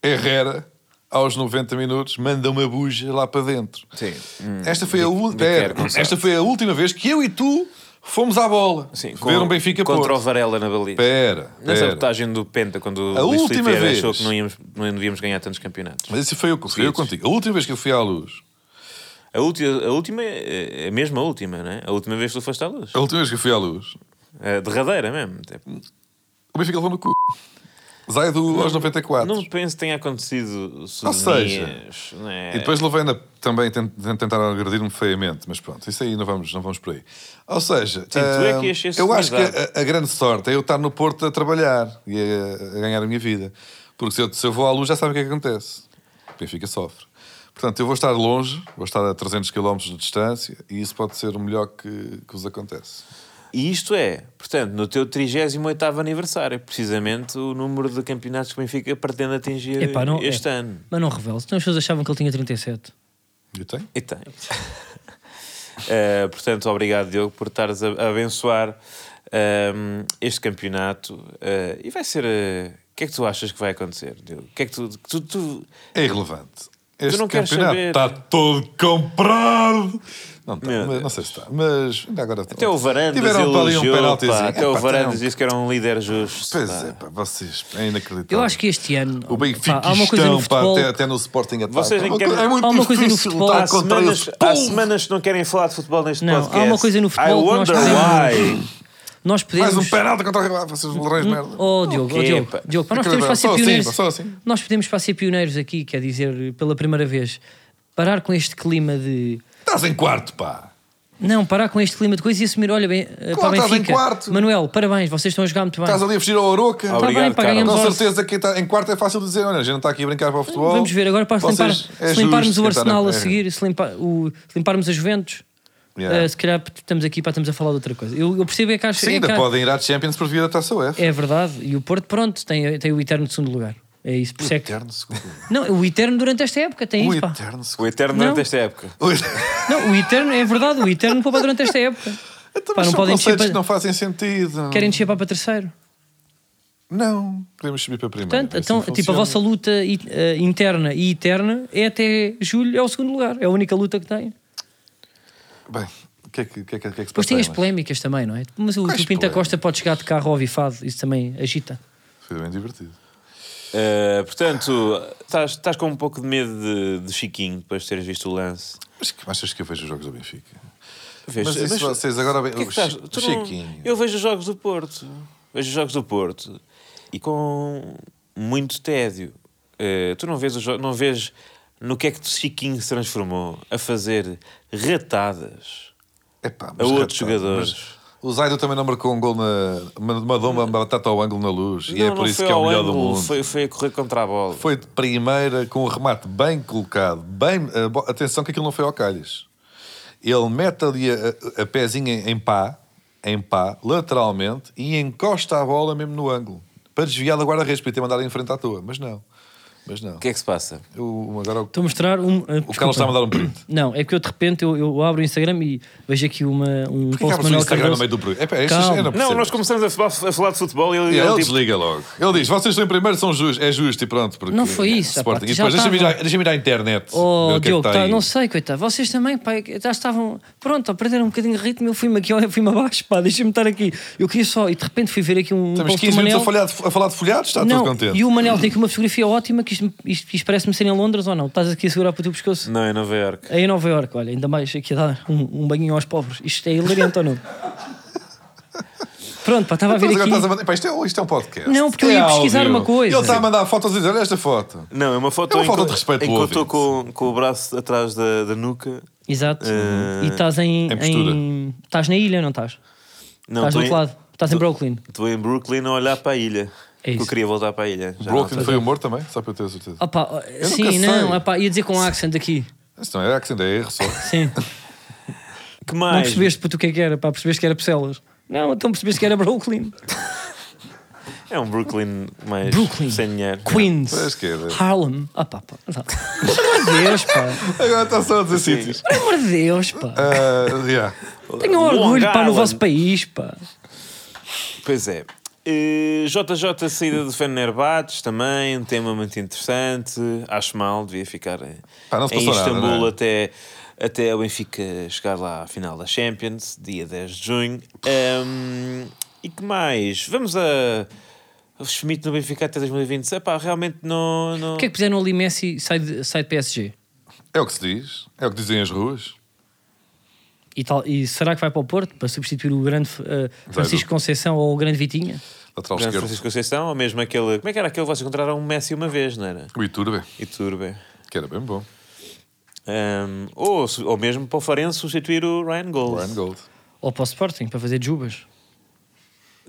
[SPEAKER 3] Herrera, aos 90 minutos, manda uma buja lá para dentro.
[SPEAKER 1] Sim. Hum,
[SPEAKER 3] Esta foi, a ul-
[SPEAKER 1] Quero
[SPEAKER 3] Pera,
[SPEAKER 1] começar.
[SPEAKER 3] esta foi a última vez que eu e tu fomos à bola
[SPEAKER 1] Sim,
[SPEAKER 3] ver
[SPEAKER 1] com-
[SPEAKER 3] um Benfica
[SPEAKER 1] contra o
[SPEAKER 3] Porto.
[SPEAKER 1] Varela na baliza.
[SPEAKER 3] Pera,
[SPEAKER 1] Na
[SPEAKER 3] pera.
[SPEAKER 1] sabotagem do Penta, quando
[SPEAKER 3] A
[SPEAKER 1] o Luís
[SPEAKER 3] última
[SPEAKER 1] Filipe Vieira
[SPEAKER 3] vez.
[SPEAKER 1] achou que não, íamos, não devíamos ganhar tantos campeonatos.
[SPEAKER 3] Mas isso foi eu, foi eu
[SPEAKER 1] Seguidos.
[SPEAKER 3] contigo. A última vez que eu fui à luz,
[SPEAKER 1] A, última, a última é é mesmo a última, não é? A última vez que tu foste à luz.
[SPEAKER 3] a última vez que eu fui à luz,
[SPEAKER 1] A derradeira mesmo. Tipo, até.
[SPEAKER 3] O Benfica levou no cu. Zaidu aos 94.
[SPEAKER 1] Não penso que tenha acontecido
[SPEAKER 3] Ou
[SPEAKER 1] sodomias.
[SPEAKER 3] seja,
[SPEAKER 1] né?
[SPEAKER 3] E depois levei na... Também tent- tent- tentaram agredir-me feiamente, mas pronto, isso aí não vamos, não vamos por aí. Ou seja,
[SPEAKER 1] tu é
[SPEAKER 3] ah,
[SPEAKER 1] que ias ser
[SPEAKER 3] eu acho que
[SPEAKER 1] civilizado.
[SPEAKER 3] a, a grande sorte é eu estar no Porto a trabalhar e a, a ganhar a minha vida. Porque se eu, se eu vou à luz já sabe o que é que acontece. O Benfica sofre. Portanto, eu vou estar longe, vou estar a 300 km de distância e isso pode ser o melhor que, que vos acontece.
[SPEAKER 1] E isto é, portanto, no teu 38 aniversário, precisamente o número de campeonatos que o Benfica pretende atingir
[SPEAKER 2] Epá, não-
[SPEAKER 1] este
[SPEAKER 2] é.
[SPEAKER 1] ano.
[SPEAKER 2] Mas não revelo. Então as pessoas achavam que ele tinha 37.
[SPEAKER 3] E tem?
[SPEAKER 1] E tem. Eh, portanto, obrigado, Diogo, por estares a, a abençoar ehm, este campeonato. Eh, e vai ser. eh, O que é que tu achas que vai acontecer, Diogo? O que é que tu. tu, tu-
[SPEAKER 3] É irrelevante. Este
[SPEAKER 1] não queres
[SPEAKER 3] campeonato
[SPEAKER 1] saber.
[SPEAKER 3] está todo comprado. Não, tá,
[SPEAKER 1] Meu
[SPEAKER 3] mas-
[SPEAKER 1] Deus.
[SPEAKER 3] não sei se está, mas ainda agora um
[SPEAKER 1] até o Varandas elogiou, pá, até o Varandas disse que era um líder justo.
[SPEAKER 3] Pois
[SPEAKER 1] pá.
[SPEAKER 3] é, pá, vocês, é inacreditável.
[SPEAKER 2] Eu acho que este ano.
[SPEAKER 3] O Benfica
[SPEAKER 2] pá, há uma coisa no
[SPEAKER 3] estão, pá,
[SPEAKER 2] futebol.
[SPEAKER 3] até, até no Sporting ataca.
[SPEAKER 1] Vocês nem querem-
[SPEAKER 3] É muito
[SPEAKER 2] há uma coisa no
[SPEAKER 3] difícil
[SPEAKER 2] futebol,
[SPEAKER 3] lutar
[SPEAKER 1] Há
[SPEAKER 2] Ah,
[SPEAKER 3] contra
[SPEAKER 1] semanas,
[SPEAKER 3] eles.
[SPEAKER 1] há
[SPEAKER 3] Pum!
[SPEAKER 1] semanas que não querem falar de futebol neste
[SPEAKER 2] Não, há
[SPEAKER 1] podcast.
[SPEAKER 2] uma coisa no
[SPEAKER 1] I
[SPEAKER 2] futebol que nós
[SPEAKER 1] wonder
[SPEAKER 2] podemos-
[SPEAKER 1] why.
[SPEAKER 2] Nós
[SPEAKER 3] Mais
[SPEAKER 2] podemos.
[SPEAKER 3] um penalti contra o rival. Vocês ladrões de merda.
[SPEAKER 2] Oh, Diogo,
[SPEAKER 1] quê,
[SPEAKER 2] oh, Diogo,
[SPEAKER 1] pá?
[SPEAKER 2] Diogo, pá, nós
[SPEAKER 3] Aquilo
[SPEAKER 2] podemos
[SPEAKER 3] é
[SPEAKER 2] para ser
[SPEAKER 3] só assim,
[SPEAKER 2] pioneiros.
[SPEAKER 3] pá, só assim.
[SPEAKER 2] Nós podemos para ser pioneiros aqui, quer dizer, pela primeira vez, parar com este clima de
[SPEAKER 3] Estás em quarto, pá.
[SPEAKER 2] Não, parar com este clima de coisa e assumir, olha bem, eh,
[SPEAKER 3] Claro,
[SPEAKER 2] para
[SPEAKER 3] estás em
[SPEAKER 2] Benfica.
[SPEAKER 3] quarto.
[SPEAKER 2] Manuel, parabéns, vocês estão a jogar muito bem.
[SPEAKER 3] Estás ali a fugir ao Oroca.
[SPEAKER 1] Obrigado,
[SPEAKER 2] Tá bem, pá,
[SPEAKER 1] Carlos.
[SPEAKER 2] ganhamos
[SPEAKER 3] Com
[SPEAKER 2] aos-
[SPEAKER 3] certeza que está- em quarto é fácil dizer, olha, a gente não está aqui a brincar para o futebol.
[SPEAKER 2] Vamos ver agora para se, limpar,
[SPEAKER 3] Vocês- é
[SPEAKER 2] se limparmos
[SPEAKER 3] justo
[SPEAKER 2] o
[SPEAKER 3] quem está na-
[SPEAKER 2] Arsenal a
[SPEAKER 3] é.
[SPEAKER 2] seguir, se, limpa- o- se limparmos a Juventus,
[SPEAKER 3] Yeah.
[SPEAKER 2] eh, se calhar estamos aqui para estamos a falar de outra coisa. Eu, eu percebo é que acho
[SPEAKER 3] Sim,
[SPEAKER 2] é
[SPEAKER 3] ainda
[SPEAKER 2] que há-
[SPEAKER 3] podem ir à Champions por via da Taça UEFA.
[SPEAKER 2] É verdade. E o Porto, pronto, tem, tem o Eterno de segundo lugar. É isso. Por isso é que-
[SPEAKER 3] Eterno segundo.
[SPEAKER 2] Não, o Eterno durante esta época tem
[SPEAKER 3] O
[SPEAKER 2] isso. Pá.
[SPEAKER 3] eterno segundo.
[SPEAKER 1] O eterno durante
[SPEAKER 2] Não.
[SPEAKER 1] esta época.
[SPEAKER 3] O
[SPEAKER 2] Não, o Eterno, é verdade, o Eterno poupa durante esta época.
[SPEAKER 3] Então,
[SPEAKER 2] Pá,
[SPEAKER 3] mas
[SPEAKER 2] não
[SPEAKER 3] são
[SPEAKER 2] podem descer
[SPEAKER 3] conceitos
[SPEAKER 2] para,
[SPEAKER 3] que não fazem sentido.
[SPEAKER 2] Querem descer para, para terceiro.
[SPEAKER 3] Não, podemos subir para a primeira.
[SPEAKER 2] Portanto,
[SPEAKER 3] É
[SPEAKER 2] então,
[SPEAKER 3] assim que
[SPEAKER 2] tipo, a
[SPEAKER 3] funciona.
[SPEAKER 2] vossa luta i- eh, interna e eterna é até julho, é o segundo lugar. É a única luta que tem.
[SPEAKER 3] Bem, o que é que, o que, é que, o que é que
[SPEAKER 2] Depois
[SPEAKER 3] se passa
[SPEAKER 2] tem
[SPEAKER 3] aí,
[SPEAKER 2] as
[SPEAKER 3] mas-
[SPEAKER 2] polémicas também, não é? Mas o,
[SPEAKER 3] Quais
[SPEAKER 2] o Pinta
[SPEAKER 3] polémicas?
[SPEAKER 2] Costa pode chegar de carro ao avifado, isso também agita.
[SPEAKER 3] Foi bem divertido.
[SPEAKER 1] Uh, portanto, estás, estás com um pouco de medo de, de Chiquinho depois de teres visto o lance.
[SPEAKER 3] Mas que achas que eu vejo os jogos do Benfica?
[SPEAKER 1] Vês-
[SPEAKER 3] Mas isso vocês agora veem-
[SPEAKER 1] porquê que
[SPEAKER 3] o
[SPEAKER 1] estás-
[SPEAKER 3] Chi-
[SPEAKER 1] tu
[SPEAKER 3] o
[SPEAKER 1] não-
[SPEAKER 3] Chiquinho.
[SPEAKER 1] Eu vejo os jogos do Porto. Vejo os jogos do Porto. E com muito tédio. Eh, tu não vês, os jo- não vês no que é que Chiquinho se transformou a fazer ratadas
[SPEAKER 3] Epá,
[SPEAKER 1] a
[SPEAKER 3] mas
[SPEAKER 1] outros
[SPEAKER 3] rapaz,
[SPEAKER 1] jogadores.
[SPEAKER 3] mas O Zaido também não marcou um gol na. Mandou uma batata ao ângulo na luz. e
[SPEAKER 1] Não,
[SPEAKER 3] é
[SPEAKER 1] não
[SPEAKER 3] por isso
[SPEAKER 1] foi
[SPEAKER 3] que é o
[SPEAKER 1] ao
[SPEAKER 3] melhor do
[SPEAKER 1] ângulo,
[SPEAKER 3] mundo. Foi...
[SPEAKER 1] Foi, foi a correr contra a bola.
[SPEAKER 3] de primeira, com o remate bem colocado. Bem, a bo- atenção que aquilo não foi ao Calhas. Ele mete ali a, a pezinha em pá, em pá, lateralmente, e encosta a bola mesmo no ângulo. Para desviar da guarda-redes, podia ter mandado em frente à toa. Mas não. Mas não.
[SPEAKER 1] O que é que se passa?
[SPEAKER 3] O, agora o,
[SPEAKER 2] Estou a mostrar um. eh,
[SPEAKER 3] o
[SPEAKER 2] desculpa.
[SPEAKER 3] Carlos está a mandar um print.
[SPEAKER 2] Não, é que eu de repente eu, eu abro o Instagram e vejo aqui uma, um
[SPEAKER 3] Porquê que abres o
[SPEAKER 2] Manuel
[SPEAKER 3] Instagram no
[SPEAKER 2] Cardoso.
[SPEAKER 3] meio do É programa? Epá, estas-
[SPEAKER 2] Calma.
[SPEAKER 3] eu
[SPEAKER 2] Não,
[SPEAKER 1] Não,
[SPEAKER 3] percebo.
[SPEAKER 1] nós começamos a fa- a falar de futebol e ele,
[SPEAKER 3] E
[SPEAKER 1] ele,
[SPEAKER 3] É, ele
[SPEAKER 1] tipo,
[SPEAKER 3] desliga logo. Ele diz: vocês estão em primeiro, são justos. É justo e pronto. Porque é
[SPEAKER 2] Não foi isso,
[SPEAKER 3] Sporting.
[SPEAKER 2] rapaz,
[SPEAKER 3] E
[SPEAKER 2] já
[SPEAKER 3] depois, deixa-me ir,
[SPEAKER 2] estava.
[SPEAKER 3] à- deixa-me ir à internet. ver
[SPEAKER 2] Oh,
[SPEAKER 3] o que é que
[SPEAKER 2] Diogo,
[SPEAKER 3] está
[SPEAKER 2] tá-
[SPEAKER 3] aí.
[SPEAKER 2] não sei, coitado. Vocês também, pá, já estavam. Pronto, a perder um bocadinho de ritmo. Eu fui-me aqui, olha, fui-me abaixo, pá, deixa-me estar aqui. Eu queria só. E de repente fui ver aqui um.
[SPEAKER 3] Estamos
[SPEAKER 2] post do
[SPEAKER 3] 15 minutos
[SPEAKER 2] Manel.
[SPEAKER 3] a, falhar de- a falar de folhados, está
[SPEAKER 2] não,
[SPEAKER 3] todo contente. Então,
[SPEAKER 2] E o Manel tem aqui uma fotografia ótima que isto, isto, isto parece-me ser em Londres ou não? Estás aqui a segurar para o teu pescoço?
[SPEAKER 1] Não, em Nova Iorque.
[SPEAKER 2] Aí em Nova Iorque, olha, ainda mais aqui a dar um, um banhinho aos pobres. Isto é hilariante ou não? Pronto, pá, estava a
[SPEAKER 3] Mas
[SPEAKER 2] ver
[SPEAKER 3] agora
[SPEAKER 2] aqui.
[SPEAKER 3] estás a mandar- Epá, isto, é, isto é um podcast.
[SPEAKER 2] Não, porque eu
[SPEAKER 3] É
[SPEAKER 2] ia pesquisar
[SPEAKER 3] áudio.
[SPEAKER 2] uma coisa.
[SPEAKER 3] Ele está a mandar fotos e dizer: olha esta foto.
[SPEAKER 1] Não, é uma foto,
[SPEAKER 3] É uma
[SPEAKER 1] em
[SPEAKER 3] falta
[SPEAKER 1] que-
[SPEAKER 3] de respeito
[SPEAKER 1] em que
[SPEAKER 3] pelo
[SPEAKER 1] eu estou com, com o braço atrás da, da nuca.
[SPEAKER 2] Exato.
[SPEAKER 1] Eh,
[SPEAKER 2] E estás em,
[SPEAKER 3] em postura.
[SPEAKER 2] em- Estás na ilha, não estás?
[SPEAKER 1] Não,
[SPEAKER 2] Estás do
[SPEAKER 1] estou
[SPEAKER 2] outro
[SPEAKER 1] em,
[SPEAKER 2] lado. Estás em Brooklyn.
[SPEAKER 1] estou em Brooklyn a olhar para a ilha.
[SPEAKER 2] É
[SPEAKER 1] Porque
[SPEAKER 2] isso.
[SPEAKER 1] eu queria voltar para a ilha. Já tá não
[SPEAKER 3] Brooklyn
[SPEAKER 1] sei.
[SPEAKER 3] foi humor também, só para eu ter a certeza.
[SPEAKER 2] Opa, eh,
[SPEAKER 3] Eu nunca
[SPEAKER 2] sim,
[SPEAKER 3] sei.
[SPEAKER 2] não, opá, ia dizer com um accent aqui.
[SPEAKER 3] Isso não é accent, é erro só.
[SPEAKER 2] Sim.
[SPEAKER 1] Que
[SPEAKER 2] Não
[SPEAKER 1] mais?
[SPEAKER 2] percebeste puto, o que é que era, pá, percebeste que era Pecelas. Não, então percebeste que era Brooklyn.
[SPEAKER 1] É um Brooklyn mais
[SPEAKER 2] Brooklyn.
[SPEAKER 1] sem dinheiro.
[SPEAKER 2] Queens.
[SPEAKER 3] Parece que é, era.
[SPEAKER 2] Harlem. Ah, pá, pá. não. Pelo amor de Deus, pá.
[SPEAKER 3] Agora está só a dizer sítios.
[SPEAKER 2] Pelo amor de Deus, pá.
[SPEAKER 3] Ah, yeah.
[SPEAKER 2] Tenham
[SPEAKER 1] Long
[SPEAKER 2] orgulho, pá, no
[SPEAKER 1] Island.
[SPEAKER 2] vosso país, pá.
[SPEAKER 1] Pois é. Eh, JJ saída do Fenerbahçe também, um tema muito interessante. Acho mal, devia ficar em,
[SPEAKER 3] Pá, não se
[SPEAKER 1] em
[SPEAKER 3] passou nada,
[SPEAKER 1] Istambul
[SPEAKER 3] não é?
[SPEAKER 1] até, até o Benfica chegar lá à final da Champions, dia 10 de junho. Ahm, e que mais? Vamos a. O Schmidt no Benfica até 2020. Epá, realmente não. não...
[SPEAKER 2] O que é que puseram ali Messi sai de, sai de PSG?
[SPEAKER 3] É o que se diz, é o que dizem as ruas.
[SPEAKER 2] E, tal, e será que vai para o Porto para substituir o grande eh, Francisco Conceição ou o grande Vitinha?
[SPEAKER 3] Lateral
[SPEAKER 1] Grande
[SPEAKER 3] esquerdo.
[SPEAKER 1] Francisco Conceição, ou mesmo aquele. Como é que era aquele? Vocês encontraram um Messi uma vez, não era?
[SPEAKER 3] O Iturbe,
[SPEAKER 1] E Turbe.
[SPEAKER 3] é? que era bem bom.
[SPEAKER 1] Ahm, ou, su- ou mesmo para o Farense substituir o Ryan Gold.
[SPEAKER 3] Ryan Gold.
[SPEAKER 2] Ou para o Sporting para fazer jubas?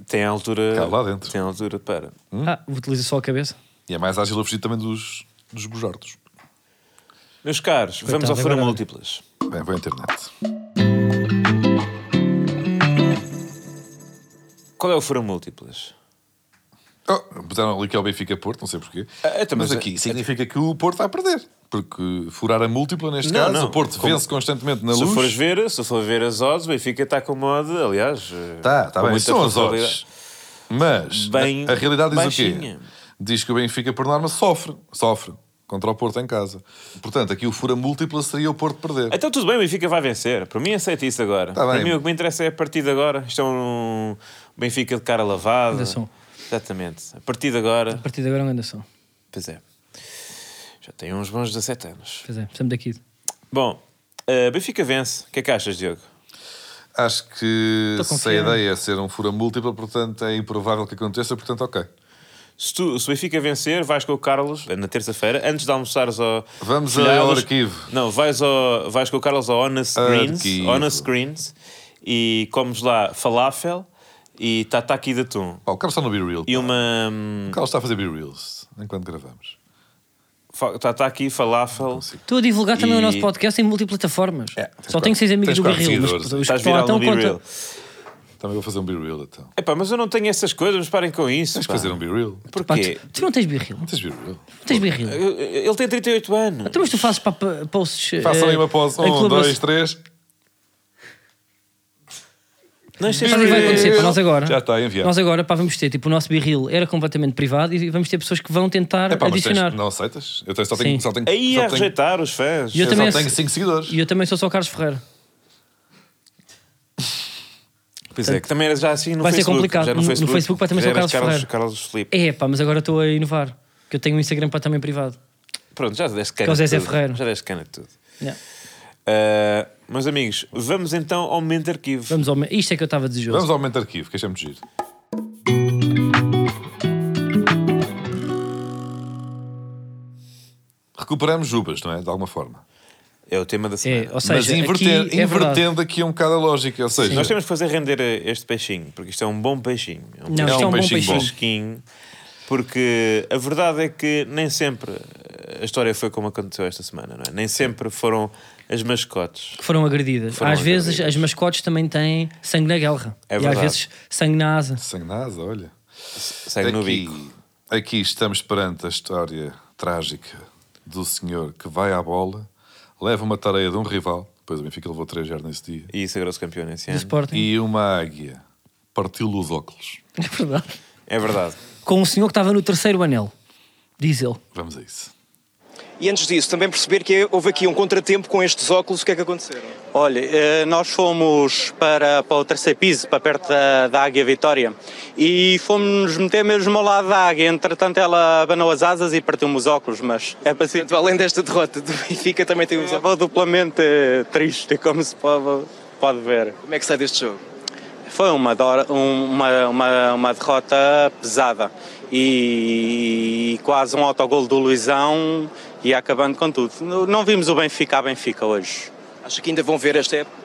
[SPEAKER 1] Tem a altura.
[SPEAKER 3] Cá lá dentro.
[SPEAKER 1] Tem a altura para.
[SPEAKER 3] Hum?
[SPEAKER 2] Ah, utiliza só a cabeça.
[SPEAKER 3] E é mais ágil a fugir também dos, dos bujardos.
[SPEAKER 1] Meus caros, vamos ao
[SPEAKER 2] agora
[SPEAKER 1] Fora
[SPEAKER 2] vai.
[SPEAKER 1] Múltiplas.
[SPEAKER 3] Bem, vou à internet.
[SPEAKER 1] Qual é o Fora Múltiplas?
[SPEAKER 3] Oh, puseram ali que é o Benfica Porto, não sei porquê.
[SPEAKER 1] Ah, então,
[SPEAKER 3] mas,
[SPEAKER 1] mas-
[SPEAKER 3] aqui significa que o Porto vai perder. Porque furar a múltipla, neste
[SPEAKER 1] Não,
[SPEAKER 3] caso,
[SPEAKER 1] não.
[SPEAKER 3] o Porto
[SPEAKER 1] Como-
[SPEAKER 3] vence constantemente na
[SPEAKER 1] Se
[SPEAKER 3] luz.
[SPEAKER 1] fores ver, se for ver as odds, o Benfica está com uma odd, aliás. eh,
[SPEAKER 3] Tá, tá
[SPEAKER 1] com
[SPEAKER 3] bem.
[SPEAKER 1] muita
[SPEAKER 3] São as
[SPEAKER 1] probabilidade.
[SPEAKER 3] odds. Mas
[SPEAKER 1] Bem
[SPEAKER 3] a, a realidade diz
[SPEAKER 1] baixinha.
[SPEAKER 3] o quê? Diz que o Benfica, por norma, sofre. Sofre contra o Porto em casa. Portanto, aqui o fura múltipla seria o Porto perder.
[SPEAKER 1] Então tudo bem, o Benfica vai vencer. Para mim aceito isso agora.
[SPEAKER 3] Tá
[SPEAKER 1] Para
[SPEAKER 3] bem.
[SPEAKER 1] mim o que me interessa é a partir de agora. Isto é um Benfica de cara lavada.
[SPEAKER 2] Ainda são.
[SPEAKER 1] Exatamente. A partir de agora.
[SPEAKER 2] A partir de agora é um grande ação.
[SPEAKER 1] Pois é. Já tenho uns bons 17 anos.
[SPEAKER 2] Pois é, precisamos daqui.
[SPEAKER 1] Bom, eh, Benfica vence. O que é que achas, Diogo?
[SPEAKER 3] Acho que
[SPEAKER 2] Tô
[SPEAKER 3] se a
[SPEAKER 2] confiante.
[SPEAKER 3] ideia é ser um fura múltipla, portanto, é improvável que aconteça, portanto, ok.
[SPEAKER 1] Se, tu, se o Benfica vencer, vais com o Carlos eh, na terça-feira, antes de almoçares ao.
[SPEAKER 3] Vamos ao
[SPEAKER 1] Filhados.
[SPEAKER 3] arquivo.
[SPEAKER 1] Não, vais, ao, vais com o Carlos ao Honest Greens,
[SPEAKER 3] Arquivo.
[SPEAKER 1] Honest Greens e comes lá falafel e tataki de atum.
[SPEAKER 3] Pá, o Carlos está no Be Real.
[SPEAKER 1] E uma. hum,
[SPEAKER 3] O Carlos está a fazer Be Reals enquanto gravamos.
[SPEAKER 1] fa- Tataki, falafel.
[SPEAKER 2] Estou a divulgar também o
[SPEAKER 1] E-
[SPEAKER 2] nosso podcast em multiplataformas.
[SPEAKER 3] É, tens
[SPEAKER 2] Só
[SPEAKER 3] quatro-
[SPEAKER 2] tenho seis amigos
[SPEAKER 3] tens
[SPEAKER 2] do
[SPEAKER 3] quatro
[SPEAKER 2] Birril, mas
[SPEAKER 3] seguidores.
[SPEAKER 2] os que
[SPEAKER 1] Estás
[SPEAKER 2] estão lá
[SPEAKER 1] viral no
[SPEAKER 2] estão
[SPEAKER 1] Be Real.
[SPEAKER 2] conta.
[SPEAKER 3] Também vou fazer um Be Real então.
[SPEAKER 1] Epá, mas eu não tenho essas coisas, mas parem com isso.
[SPEAKER 3] Tens que
[SPEAKER 1] pá.
[SPEAKER 3] fazer um Be Real. Não
[SPEAKER 2] Pá,
[SPEAKER 1] Porquê?
[SPEAKER 2] tu, tu não tens Birril. Não
[SPEAKER 3] tens Be Real.
[SPEAKER 2] tens Birril.
[SPEAKER 1] Ele tem 38 anos.
[SPEAKER 2] Então, mas tu fazes para pa- posts. eh,
[SPEAKER 3] Façam aí uma pose.
[SPEAKER 2] pausa
[SPEAKER 3] Um, dois, três.
[SPEAKER 1] Não, isto é
[SPEAKER 2] Sabe o que vai acontecer para nós agora?
[SPEAKER 3] Já está enviado.
[SPEAKER 2] Nós agora, pá, vamos ter, tipo, o nosso birril era completamente privado e vamos ter pessoas que vão tentar
[SPEAKER 3] É pá, mas tens,
[SPEAKER 2] adicionar.
[SPEAKER 3] não aceitas? Eu tenho, só tenho.
[SPEAKER 2] Sim.
[SPEAKER 3] Só tenho
[SPEAKER 1] Aí é a
[SPEAKER 3] só tenho,
[SPEAKER 1] rejeitar os fãs.
[SPEAKER 2] E eu
[SPEAKER 3] eu
[SPEAKER 2] também
[SPEAKER 3] só tenho
[SPEAKER 2] ace-
[SPEAKER 3] 5 seguidores.
[SPEAKER 2] E eu também sou só Carlos Ferreira.
[SPEAKER 1] Pois é, que também era já assim no
[SPEAKER 2] Vai ser
[SPEAKER 1] Facebook.
[SPEAKER 2] complicado.
[SPEAKER 1] Já
[SPEAKER 2] No- no Facebook vai também
[SPEAKER 1] já
[SPEAKER 2] ser o
[SPEAKER 1] eras
[SPEAKER 2] Carlos
[SPEAKER 1] Carlos,
[SPEAKER 2] Ferreira.
[SPEAKER 1] Carlos Felipe.
[SPEAKER 2] É, pá, mas agora estou a inovar. Que eu tenho um Instagram para também privado.
[SPEAKER 1] Pronto, já deste cana.
[SPEAKER 2] Com o Zezé
[SPEAKER 1] tudo.
[SPEAKER 2] Ferreira.
[SPEAKER 1] Já deste cana tudo.
[SPEAKER 2] Yeah.
[SPEAKER 1] Ah, meus amigos, vamos então ao momento de arquivo.
[SPEAKER 2] Vamos ao... Isto é que eu estava desejoso.
[SPEAKER 3] Vamos ao momento de arquivo, que achamos giro. Recuperamos Jubas, não é? De alguma forma.
[SPEAKER 1] É o tema da
[SPEAKER 2] É,
[SPEAKER 1] semana.
[SPEAKER 2] ou seja,
[SPEAKER 3] Mas invertendo,
[SPEAKER 2] aqui é verdade.
[SPEAKER 3] invertendo aqui um bocado a lógica. Ou seja,
[SPEAKER 1] Nós temos que fazer render eh, este peixinho, porque isto é um bom peixinho. É um
[SPEAKER 2] Não,
[SPEAKER 3] É
[SPEAKER 2] isto é
[SPEAKER 3] um
[SPEAKER 2] um bom
[SPEAKER 3] peixinho
[SPEAKER 2] peixinho.
[SPEAKER 3] bom.
[SPEAKER 1] fresquinho, porque a verdade é que nem sempre eh, a história foi como aconteceu esta semana, não é? Nem sempre foram as mascotes.
[SPEAKER 2] Que foram agredidas.
[SPEAKER 1] Foram
[SPEAKER 2] às vezes
[SPEAKER 1] agredidas.
[SPEAKER 2] as mascotes também têm sangue na guerra.
[SPEAKER 1] É
[SPEAKER 2] e às
[SPEAKER 1] verdade.
[SPEAKER 2] vezes sangue na asa.
[SPEAKER 3] sem nada, olha.
[SPEAKER 1] Segue no bico.
[SPEAKER 3] aqui estamos perante a história trágica do senhor que vai à bola, leva uma tareia de um rival, depois o Benfica levou três já nesse dia,
[SPEAKER 1] E sagrou-se campeão nesse
[SPEAKER 2] Do
[SPEAKER 1] ano.
[SPEAKER 2] Sporting.
[SPEAKER 3] e uma águia partiu-lhe os óculos.
[SPEAKER 2] É verdade.
[SPEAKER 1] É verdade.
[SPEAKER 2] Com um senhor que estava no terceiro anel. Diz ele.
[SPEAKER 3] Vamos a isso.
[SPEAKER 4] E antes disso, também perceber que houve aqui um contratempo com estes óculos, o que é que aconteceu?
[SPEAKER 5] Olha, eh, nós fomos para, para o terceiro piso, para perto da, da Águia Vitória, e fomos nos meter mesmo ao lado da Águia. Entretanto, ela abanou as asas e partiu-me os óculos, mas é para ser.
[SPEAKER 4] Portanto, além desta derrota do Benfica, também tem uns óculos.
[SPEAKER 5] Estava duplamente eh, triste, como se pode, pode ver.
[SPEAKER 4] Como é que sai deste jogo?
[SPEAKER 5] Foi uma, dor- um- uma, uma, uma derrota pesada e, quase um autogol do Luizão e acabando com tudo. Não não vimos o Benfica a Benfica hoje.
[SPEAKER 4] Acho que ainda vão ver esta época.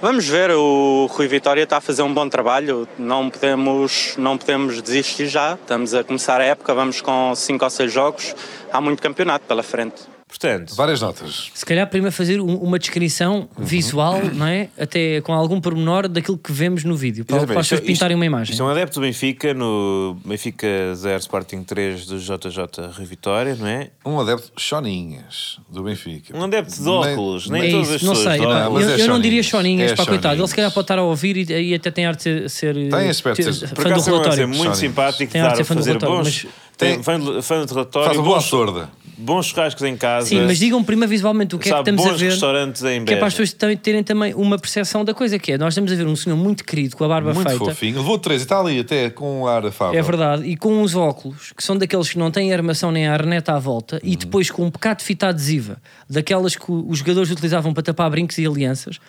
[SPEAKER 5] Vamos ver, o Rui Vitória está a fazer um bom trabalho, não podemos, não podemos desistir já. Estamos a começar a época, vamos com cinco ou seis jogos, há muito campeonato pela frente.
[SPEAKER 1] Portanto,
[SPEAKER 3] Várias notas.
[SPEAKER 2] Se calhar primeiro fazer um- uma descrição
[SPEAKER 1] Uhum.
[SPEAKER 2] visual, não é? Até com algum pormenor daquilo que vemos no vídeo. Para, para as pessoas pintarem uma imagem.
[SPEAKER 1] Isto é um adepto do Benfica, no Benfica 0 Sporting 3 do JJ Rio Vitória, não é?
[SPEAKER 3] Um adepto Choninhas, do Benfica.
[SPEAKER 1] Um adepto de óculos, nem,
[SPEAKER 2] É
[SPEAKER 1] todas as
[SPEAKER 2] isso, não
[SPEAKER 1] pessoas.
[SPEAKER 2] sei.
[SPEAKER 1] de
[SPEAKER 2] pá,
[SPEAKER 3] Não, mas
[SPEAKER 1] óculos.
[SPEAKER 2] eu
[SPEAKER 3] é
[SPEAKER 2] eu não diria
[SPEAKER 3] choninhas.
[SPEAKER 2] choninhas,
[SPEAKER 3] É
[SPEAKER 2] para coitado. Ele
[SPEAKER 3] choninhas.
[SPEAKER 2] se calhar pode estar a ouvir e, e até tem arte de ser.
[SPEAKER 3] Tem aspecto de ser-
[SPEAKER 2] fã
[SPEAKER 1] Por
[SPEAKER 2] do
[SPEAKER 1] acaso é um adepto
[SPEAKER 2] relatório.
[SPEAKER 1] muito
[SPEAKER 3] Sónios.
[SPEAKER 1] simpático,
[SPEAKER 2] Tem
[SPEAKER 1] de
[SPEAKER 2] arte
[SPEAKER 1] dar
[SPEAKER 2] de
[SPEAKER 1] a
[SPEAKER 2] ser fã do
[SPEAKER 1] fazer
[SPEAKER 2] relatório,
[SPEAKER 1] bons.
[SPEAKER 2] mas-
[SPEAKER 1] Tem
[SPEAKER 3] Tem-
[SPEAKER 1] fã de- fã de relatório,
[SPEAKER 3] Faz um uma boa
[SPEAKER 1] bons,
[SPEAKER 3] sorda.
[SPEAKER 1] bons churrascos em casa.
[SPEAKER 2] Sim, mas digam primeiro visualmente o que é que
[SPEAKER 1] sabe,
[SPEAKER 2] estamos a
[SPEAKER 1] bons
[SPEAKER 2] ver.
[SPEAKER 1] restaurantes em
[SPEAKER 2] Que é para as
[SPEAKER 1] Beja.
[SPEAKER 2] pessoas também terem também uma percepção da coisa que é. Nós estamos a ver um senhor muito querido, com a barba
[SPEAKER 3] Muito
[SPEAKER 2] feita.
[SPEAKER 3] fofinho. Levou três e está ali até com um ar afável.
[SPEAKER 2] É verdade, e com uns óculos que são daqueles que não têm armação nem a arneta à volta, e depois com um bocado de fita adesiva, daquelas que o- os jogadores utilizavam para tapar brincos e alianças,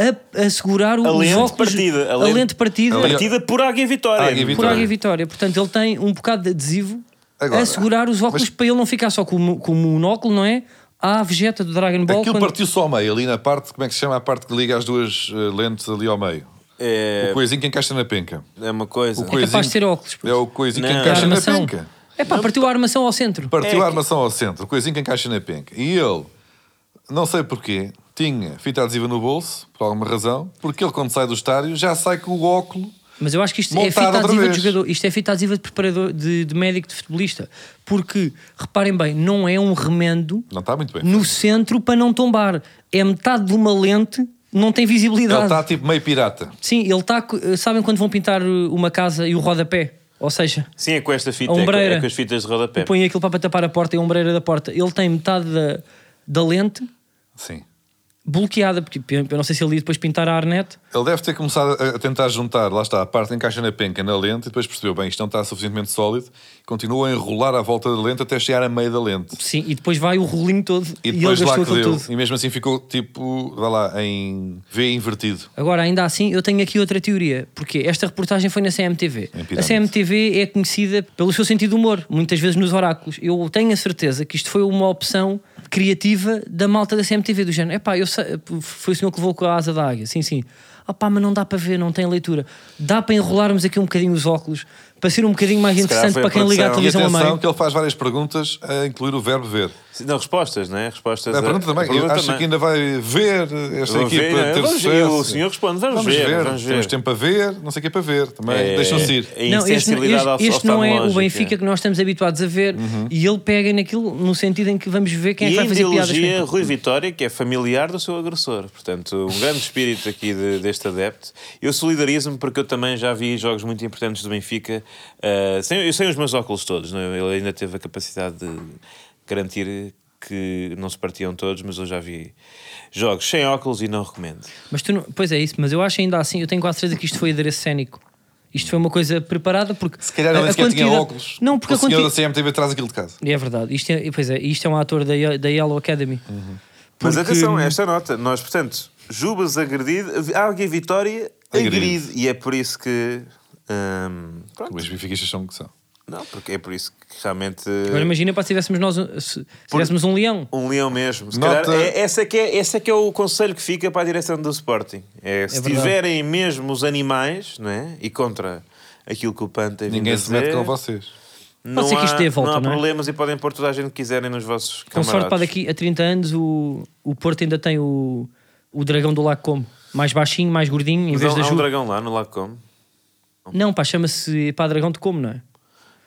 [SPEAKER 2] a, a segurar o
[SPEAKER 1] A
[SPEAKER 2] os
[SPEAKER 1] lente
[SPEAKER 2] óculos,
[SPEAKER 1] partida, a
[SPEAKER 2] a
[SPEAKER 1] lente-
[SPEAKER 2] lente partida
[SPEAKER 3] A lente-
[SPEAKER 1] Partida por Águia Vitória.
[SPEAKER 3] Águia
[SPEAKER 2] por
[SPEAKER 3] Vitória.
[SPEAKER 2] Águia Vitória. Portanto, ele tem um bocado de adesivo
[SPEAKER 3] Agora,
[SPEAKER 2] a segurar os óculos
[SPEAKER 3] mas-
[SPEAKER 2] para ele não ficar só com o mo- com o monóculo, não é? À vegeta do Dragon Ball.
[SPEAKER 3] Aquilo
[SPEAKER 2] quando-
[SPEAKER 3] partiu só ao meio, ali na parte, como é que se chama a parte que liga as duas eh, lentes ali ao meio?
[SPEAKER 1] É,
[SPEAKER 3] O coisinho que encaixa na penca.
[SPEAKER 1] é uma coisa.
[SPEAKER 2] É capaz de
[SPEAKER 3] coisinho-
[SPEAKER 2] ter óculos.
[SPEAKER 3] É o coisinho que
[SPEAKER 1] Não.
[SPEAKER 2] A
[SPEAKER 3] encaixa na
[SPEAKER 2] armação.
[SPEAKER 3] penca.
[SPEAKER 2] É pá, partiu a armação ao centro.
[SPEAKER 3] Partiu a armação ao centro, o coisinho que encaixa na penca. E ele, não sei porquê, tinha fita adesiva no bolso, por alguma razão, porque ele quando sai do estádio já sai com o óculo.
[SPEAKER 2] Mas eu acho que isto é
[SPEAKER 3] Montado
[SPEAKER 2] fita
[SPEAKER 3] outra
[SPEAKER 2] adesiva
[SPEAKER 3] vez.
[SPEAKER 2] de jogador, isto é fita adesiva de preparador, de, de médico de futebolista. Porque, reparem bem, não é um remendo
[SPEAKER 3] Não está muito bem.
[SPEAKER 2] no centro para não tombar. É metade de uma lente, não tem
[SPEAKER 3] Ele
[SPEAKER 2] visibilidade.
[SPEAKER 3] está tipo meio pirata.
[SPEAKER 2] Sim, ele está. co- Sabem quando vão pintar uh, uma casa e o rodapé? Ou seja,
[SPEAKER 1] Sim, é com esta fita, é
[SPEAKER 2] A
[SPEAKER 1] com,
[SPEAKER 2] ombreira.
[SPEAKER 1] é com as fitas de rodapé.
[SPEAKER 2] eu põe aquilo para tapar a porta e a ombreira da porta. Ele tem metade da, da lente
[SPEAKER 3] Sim.
[SPEAKER 2] bloqueada, porque eu eu não sei se ele ia depois pintar a Arnet.
[SPEAKER 3] Ele deve ter começado a a tentar juntar, lá está, a parte encaixa na penca, na lente, e depois percebeu, bem, isto não está suficientemente sólido, continuou a enrolar à volta da lente até chegar a meio da lente.
[SPEAKER 2] Sim, e depois vai o rolinho todo e,
[SPEAKER 3] E depois
[SPEAKER 2] ele
[SPEAKER 3] lá
[SPEAKER 2] gastou
[SPEAKER 3] que deu.
[SPEAKER 2] aquilo tudo.
[SPEAKER 3] E mesmo assim ficou tipo, vai lá, em V invertido.
[SPEAKER 2] Agora, ainda assim, eu tenho aqui outra teoria, porque esta reportagem foi na CMTV.
[SPEAKER 3] Em
[SPEAKER 2] A
[SPEAKER 3] pirâmide.
[SPEAKER 2] CMTV é conhecida pelo seu sentido de humor, muitas vezes nos oráculos. Eu tenho a certeza que isto foi uma opção criativa da malta da CMTV, do género. Epá, eu sei- foi o senhor que levou com a asa da águia, sim, sim. Ah pá, mas não dá para ver, não tem leitura. Dá para enrolarmos aqui um bocadinho os óculos, para ser um bocadinho mais interessante
[SPEAKER 1] foi a
[SPEAKER 2] para quem liga
[SPEAKER 1] produção.
[SPEAKER 2] a
[SPEAKER 3] E
[SPEAKER 2] televisão a
[SPEAKER 3] atenção
[SPEAKER 2] meio.
[SPEAKER 3] que ele faz várias perguntas a incluir o verbo ver.
[SPEAKER 1] Não, respostas, não é? Respostas.
[SPEAKER 3] A pergunta também,
[SPEAKER 1] pergunta
[SPEAKER 3] acho
[SPEAKER 1] também.
[SPEAKER 3] que ainda vai ver esta
[SPEAKER 1] Vamos
[SPEAKER 3] equipa
[SPEAKER 1] ver, não é?
[SPEAKER 3] ter
[SPEAKER 1] Vamos- e
[SPEAKER 3] sucesso.
[SPEAKER 1] o senhor responde, vamos ver, vamos ver.
[SPEAKER 3] Temos tempo para ver, não sei o que é para ver. Também
[SPEAKER 1] É,
[SPEAKER 3] deixam-se ir.
[SPEAKER 1] é
[SPEAKER 2] Não, este,
[SPEAKER 1] insensibilidade
[SPEAKER 2] este-
[SPEAKER 1] ao-
[SPEAKER 2] este não é o
[SPEAKER 1] oftalmológica.
[SPEAKER 2] Benfica que nós estamos habituados a ver e ele pega naquilo no sentido em que vamos ver quem é que
[SPEAKER 1] E
[SPEAKER 2] vai
[SPEAKER 1] em
[SPEAKER 2] fazer piadas. com
[SPEAKER 1] ideologia,
[SPEAKER 2] ele.
[SPEAKER 1] Rui Vitória, que é familiar do seu agressor. Portanto, um grande espírito aqui de- deste adepto. Eu solidarizo-me porque eu também já vi jogos muito importantes do Benfica. ah, sem, eu sem os meus óculos todos, não é? ele ainda teve a capacidade de garantir que não se partiam todos, mas eu já vi jogos sem óculos e não recomendo.
[SPEAKER 2] Mas tu não- pois é isso, mas eu acho ainda assim, eu tenho quase certeza que isto foi adereço cénico. Isto foi uma coisa preparada porque
[SPEAKER 3] Se calhar
[SPEAKER 2] a-
[SPEAKER 3] ele
[SPEAKER 2] a
[SPEAKER 3] sequer tinha
[SPEAKER 2] quantidade-
[SPEAKER 3] óculos.
[SPEAKER 2] Não, porque
[SPEAKER 3] o
[SPEAKER 2] a
[SPEAKER 3] senhor da
[SPEAKER 2] quantidade
[SPEAKER 3] CMTV traz aquilo de casa.
[SPEAKER 2] É verdade, isto é, pois é, isto é um ator da, Ye- da Yellow Academy.
[SPEAKER 3] Uhum.
[SPEAKER 1] Mas
[SPEAKER 2] Porque-
[SPEAKER 1] atenção, esta nota, nós, portanto, Jubas agredido, Águia Vitória agride.
[SPEAKER 3] Agride.
[SPEAKER 1] E é por isso que. hum, pronto.
[SPEAKER 3] Os benfiquistas são o que são.
[SPEAKER 1] Não, porque é por isso que realmente.
[SPEAKER 2] Agora imagina para se tivéssemos nós um- se tivéssemos um leão.
[SPEAKER 1] Um leão mesmo. Se
[SPEAKER 3] Nota-
[SPEAKER 1] calhar, é, esse, é que é, esse é que é o conselho que fica para a direção do Sporting. É, se
[SPEAKER 2] verdade.
[SPEAKER 1] tiverem mesmo os animais, não é? E contra aquilo que o PAN tem vindo
[SPEAKER 3] Ninguém
[SPEAKER 1] a
[SPEAKER 3] se mete
[SPEAKER 1] dizer,
[SPEAKER 3] com vocês.
[SPEAKER 1] Não
[SPEAKER 2] Pode ser que isto
[SPEAKER 1] há,
[SPEAKER 2] dê a volta,
[SPEAKER 1] não há
[SPEAKER 2] não é?
[SPEAKER 1] problemas e podem pôr toda a gente que quiserem nos vossos
[SPEAKER 2] Com
[SPEAKER 1] camaradas.
[SPEAKER 2] sorte para daqui a 30 anos o, o Porto ainda tem o, o dragão do Lago Como, mais baixinho, mais gordinho, em
[SPEAKER 1] Mas
[SPEAKER 2] vez
[SPEAKER 1] há,
[SPEAKER 2] da
[SPEAKER 1] há um
[SPEAKER 2] Ju.
[SPEAKER 1] dragão lá no Lago Como.
[SPEAKER 2] Não, pá, chama-se pá, dragão de como, não é?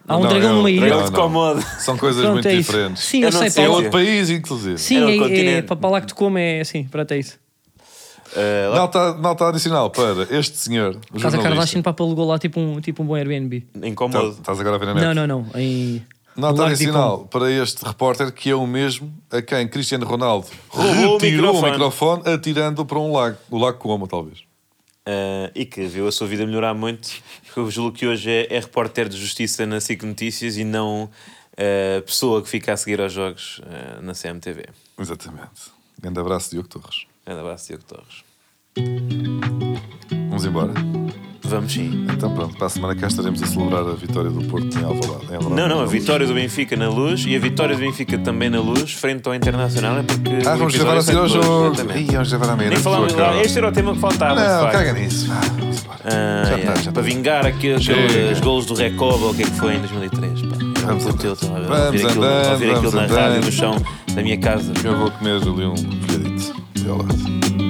[SPEAKER 2] Há um
[SPEAKER 3] Não,
[SPEAKER 2] dragão
[SPEAKER 3] é o
[SPEAKER 2] numa ilha.
[SPEAKER 1] dragão de Komodo.
[SPEAKER 3] São coisas
[SPEAKER 2] Pronto,
[SPEAKER 3] muito
[SPEAKER 2] é isso.
[SPEAKER 3] diferentes.
[SPEAKER 2] Sim,
[SPEAKER 1] Eu
[SPEAKER 2] eu,
[SPEAKER 1] não
[SPEAKER 2] sei,
[SPEAKER 1] sei,
[SPEAKER 3] É
[SPEAKER 2] pá,
[SPEAKER 1] eu-
[SPEAKER 3] outro país, inclusive.
[SPEAKER 1] É
[SPEAKER 2] Sim,
[SPEAKER 1] um
[SPEAKER 2] é, é
[SPEAKER 1] continente.
[SPEAKER 2] para para lá que te como é assim, pronto, é isso.
[SPEAKER 1] Eh, lá-
[SPEAKER 3] Nota, nota adicional para este senhor. o
[SPEAKER 2] Casa
[SPEAKER 3] jornalista.
[SPEAKER 2] Kardashian para alugou lá tipo um, tipo um bom Airbnb.
[SPEAKER 1] em
[SPEAKER 3] Tá-
[SPEAKER 1] Komodo.
[SPEAKER 3] Estás agora a ver a net.
[SPEAKER 2] Não, não, não. Em no
[SPEAKER 3] Nota
[SPEAKER 2] Lago de
[SPEAKER 3] adicional
[SPEAKER 2] Como.
[SPEAKER 3] para este repórter que é o mesmo a quem Cristiano Ronaldo
[SPEAKER 1] Roubou o
[SPEAKER 3] retirou o
[SPEAKER 1] microfone.
[SPEAKER 3] microfone atirando para um lago. O lago Como, talvez.
[SPEAKER 1] Eh, e que viu a sua vida melhorar muito. Porque eu julgo que hoje é, é repórter de justiça na SIC Notícias e não eh, pessoa que fica a seguir aos jogos eh, na CMTV.
[SPEAKER 3] Exatamente. Grande abraço, Diogo Torres.
[SPEAKER 1] Grande abraço, Diogo Torres.
[SPEAKER 3] Vamos embora.
[SPEAKER 1] Vamos sim.
[SPEAKER 3] Então pronto, para a semana cá estaremos a celebrar a vitória do Porto em Alvalade. Em Alvalade.
[SPEAKER 1] Não, não, a vitória do Benfica na luz e a vitória do Benfica também na luz, frente ao Internacional, é porque.
[SPEAKER 3] Ah,
[SPEAKER 1] o
[SPEAKER 3] vamos
[SPEAKER 1] episódio
[SPEAKER 3] gravar a seguir ao
[SPEAKER 1] sai depois,
[SPEAKER 3] jogo.
[SPEAKER 1] exatamente.
[SPEAKER 3] Ih, é vamos gravar à meia.
[SPEAKER 1] Nem
[SPEAKER 3] não
[SPEAKER 1] falámos
[SPEAKER 3] estou a
[SPEAKER 1] lá,
[SPEAKER 3] acabar.
[SPEAKER 1] este era o tema que faltava. de
[SPEAKER 3] Não,
[SPEAKER 1] facto.
[SPEAKER 3] caga nisso. Vá, vamos embora.
[SPEAKER 1] Ah,
[SPEAKER 3] já
[SPEAKER 1] é,
[SPEAKER 3] está, já
[SPEAKER 1] para
[SPEAKER 3] está.
[SPEAKER 1] vingar aqui
[SPEAKER 3] Chega.
[SPEAKER 1] aqueles golos do Recoba, o que é que foi em 2003? Pá. um
[SPEAKER 3] Vamos
[SPEAKER 1] Puto, eu
[SPEAKER 3] andando.
[SPEAKER 1] estava a
[SPEAKER 3] Vamos
[SPEAKER 1] ouvir aquilo,
[SPEAKER 3] andando,
[SPEAKER 1] ouvir aquilo
[SPEAKER 3] vamos
[SPEAKER 1] na rádio,
[SPEAKER 3] andando.
[SPEAKER 1] no chão da minha casa.
[SPEAKER 3] Eu vou comer ali um colhadito. Até lá.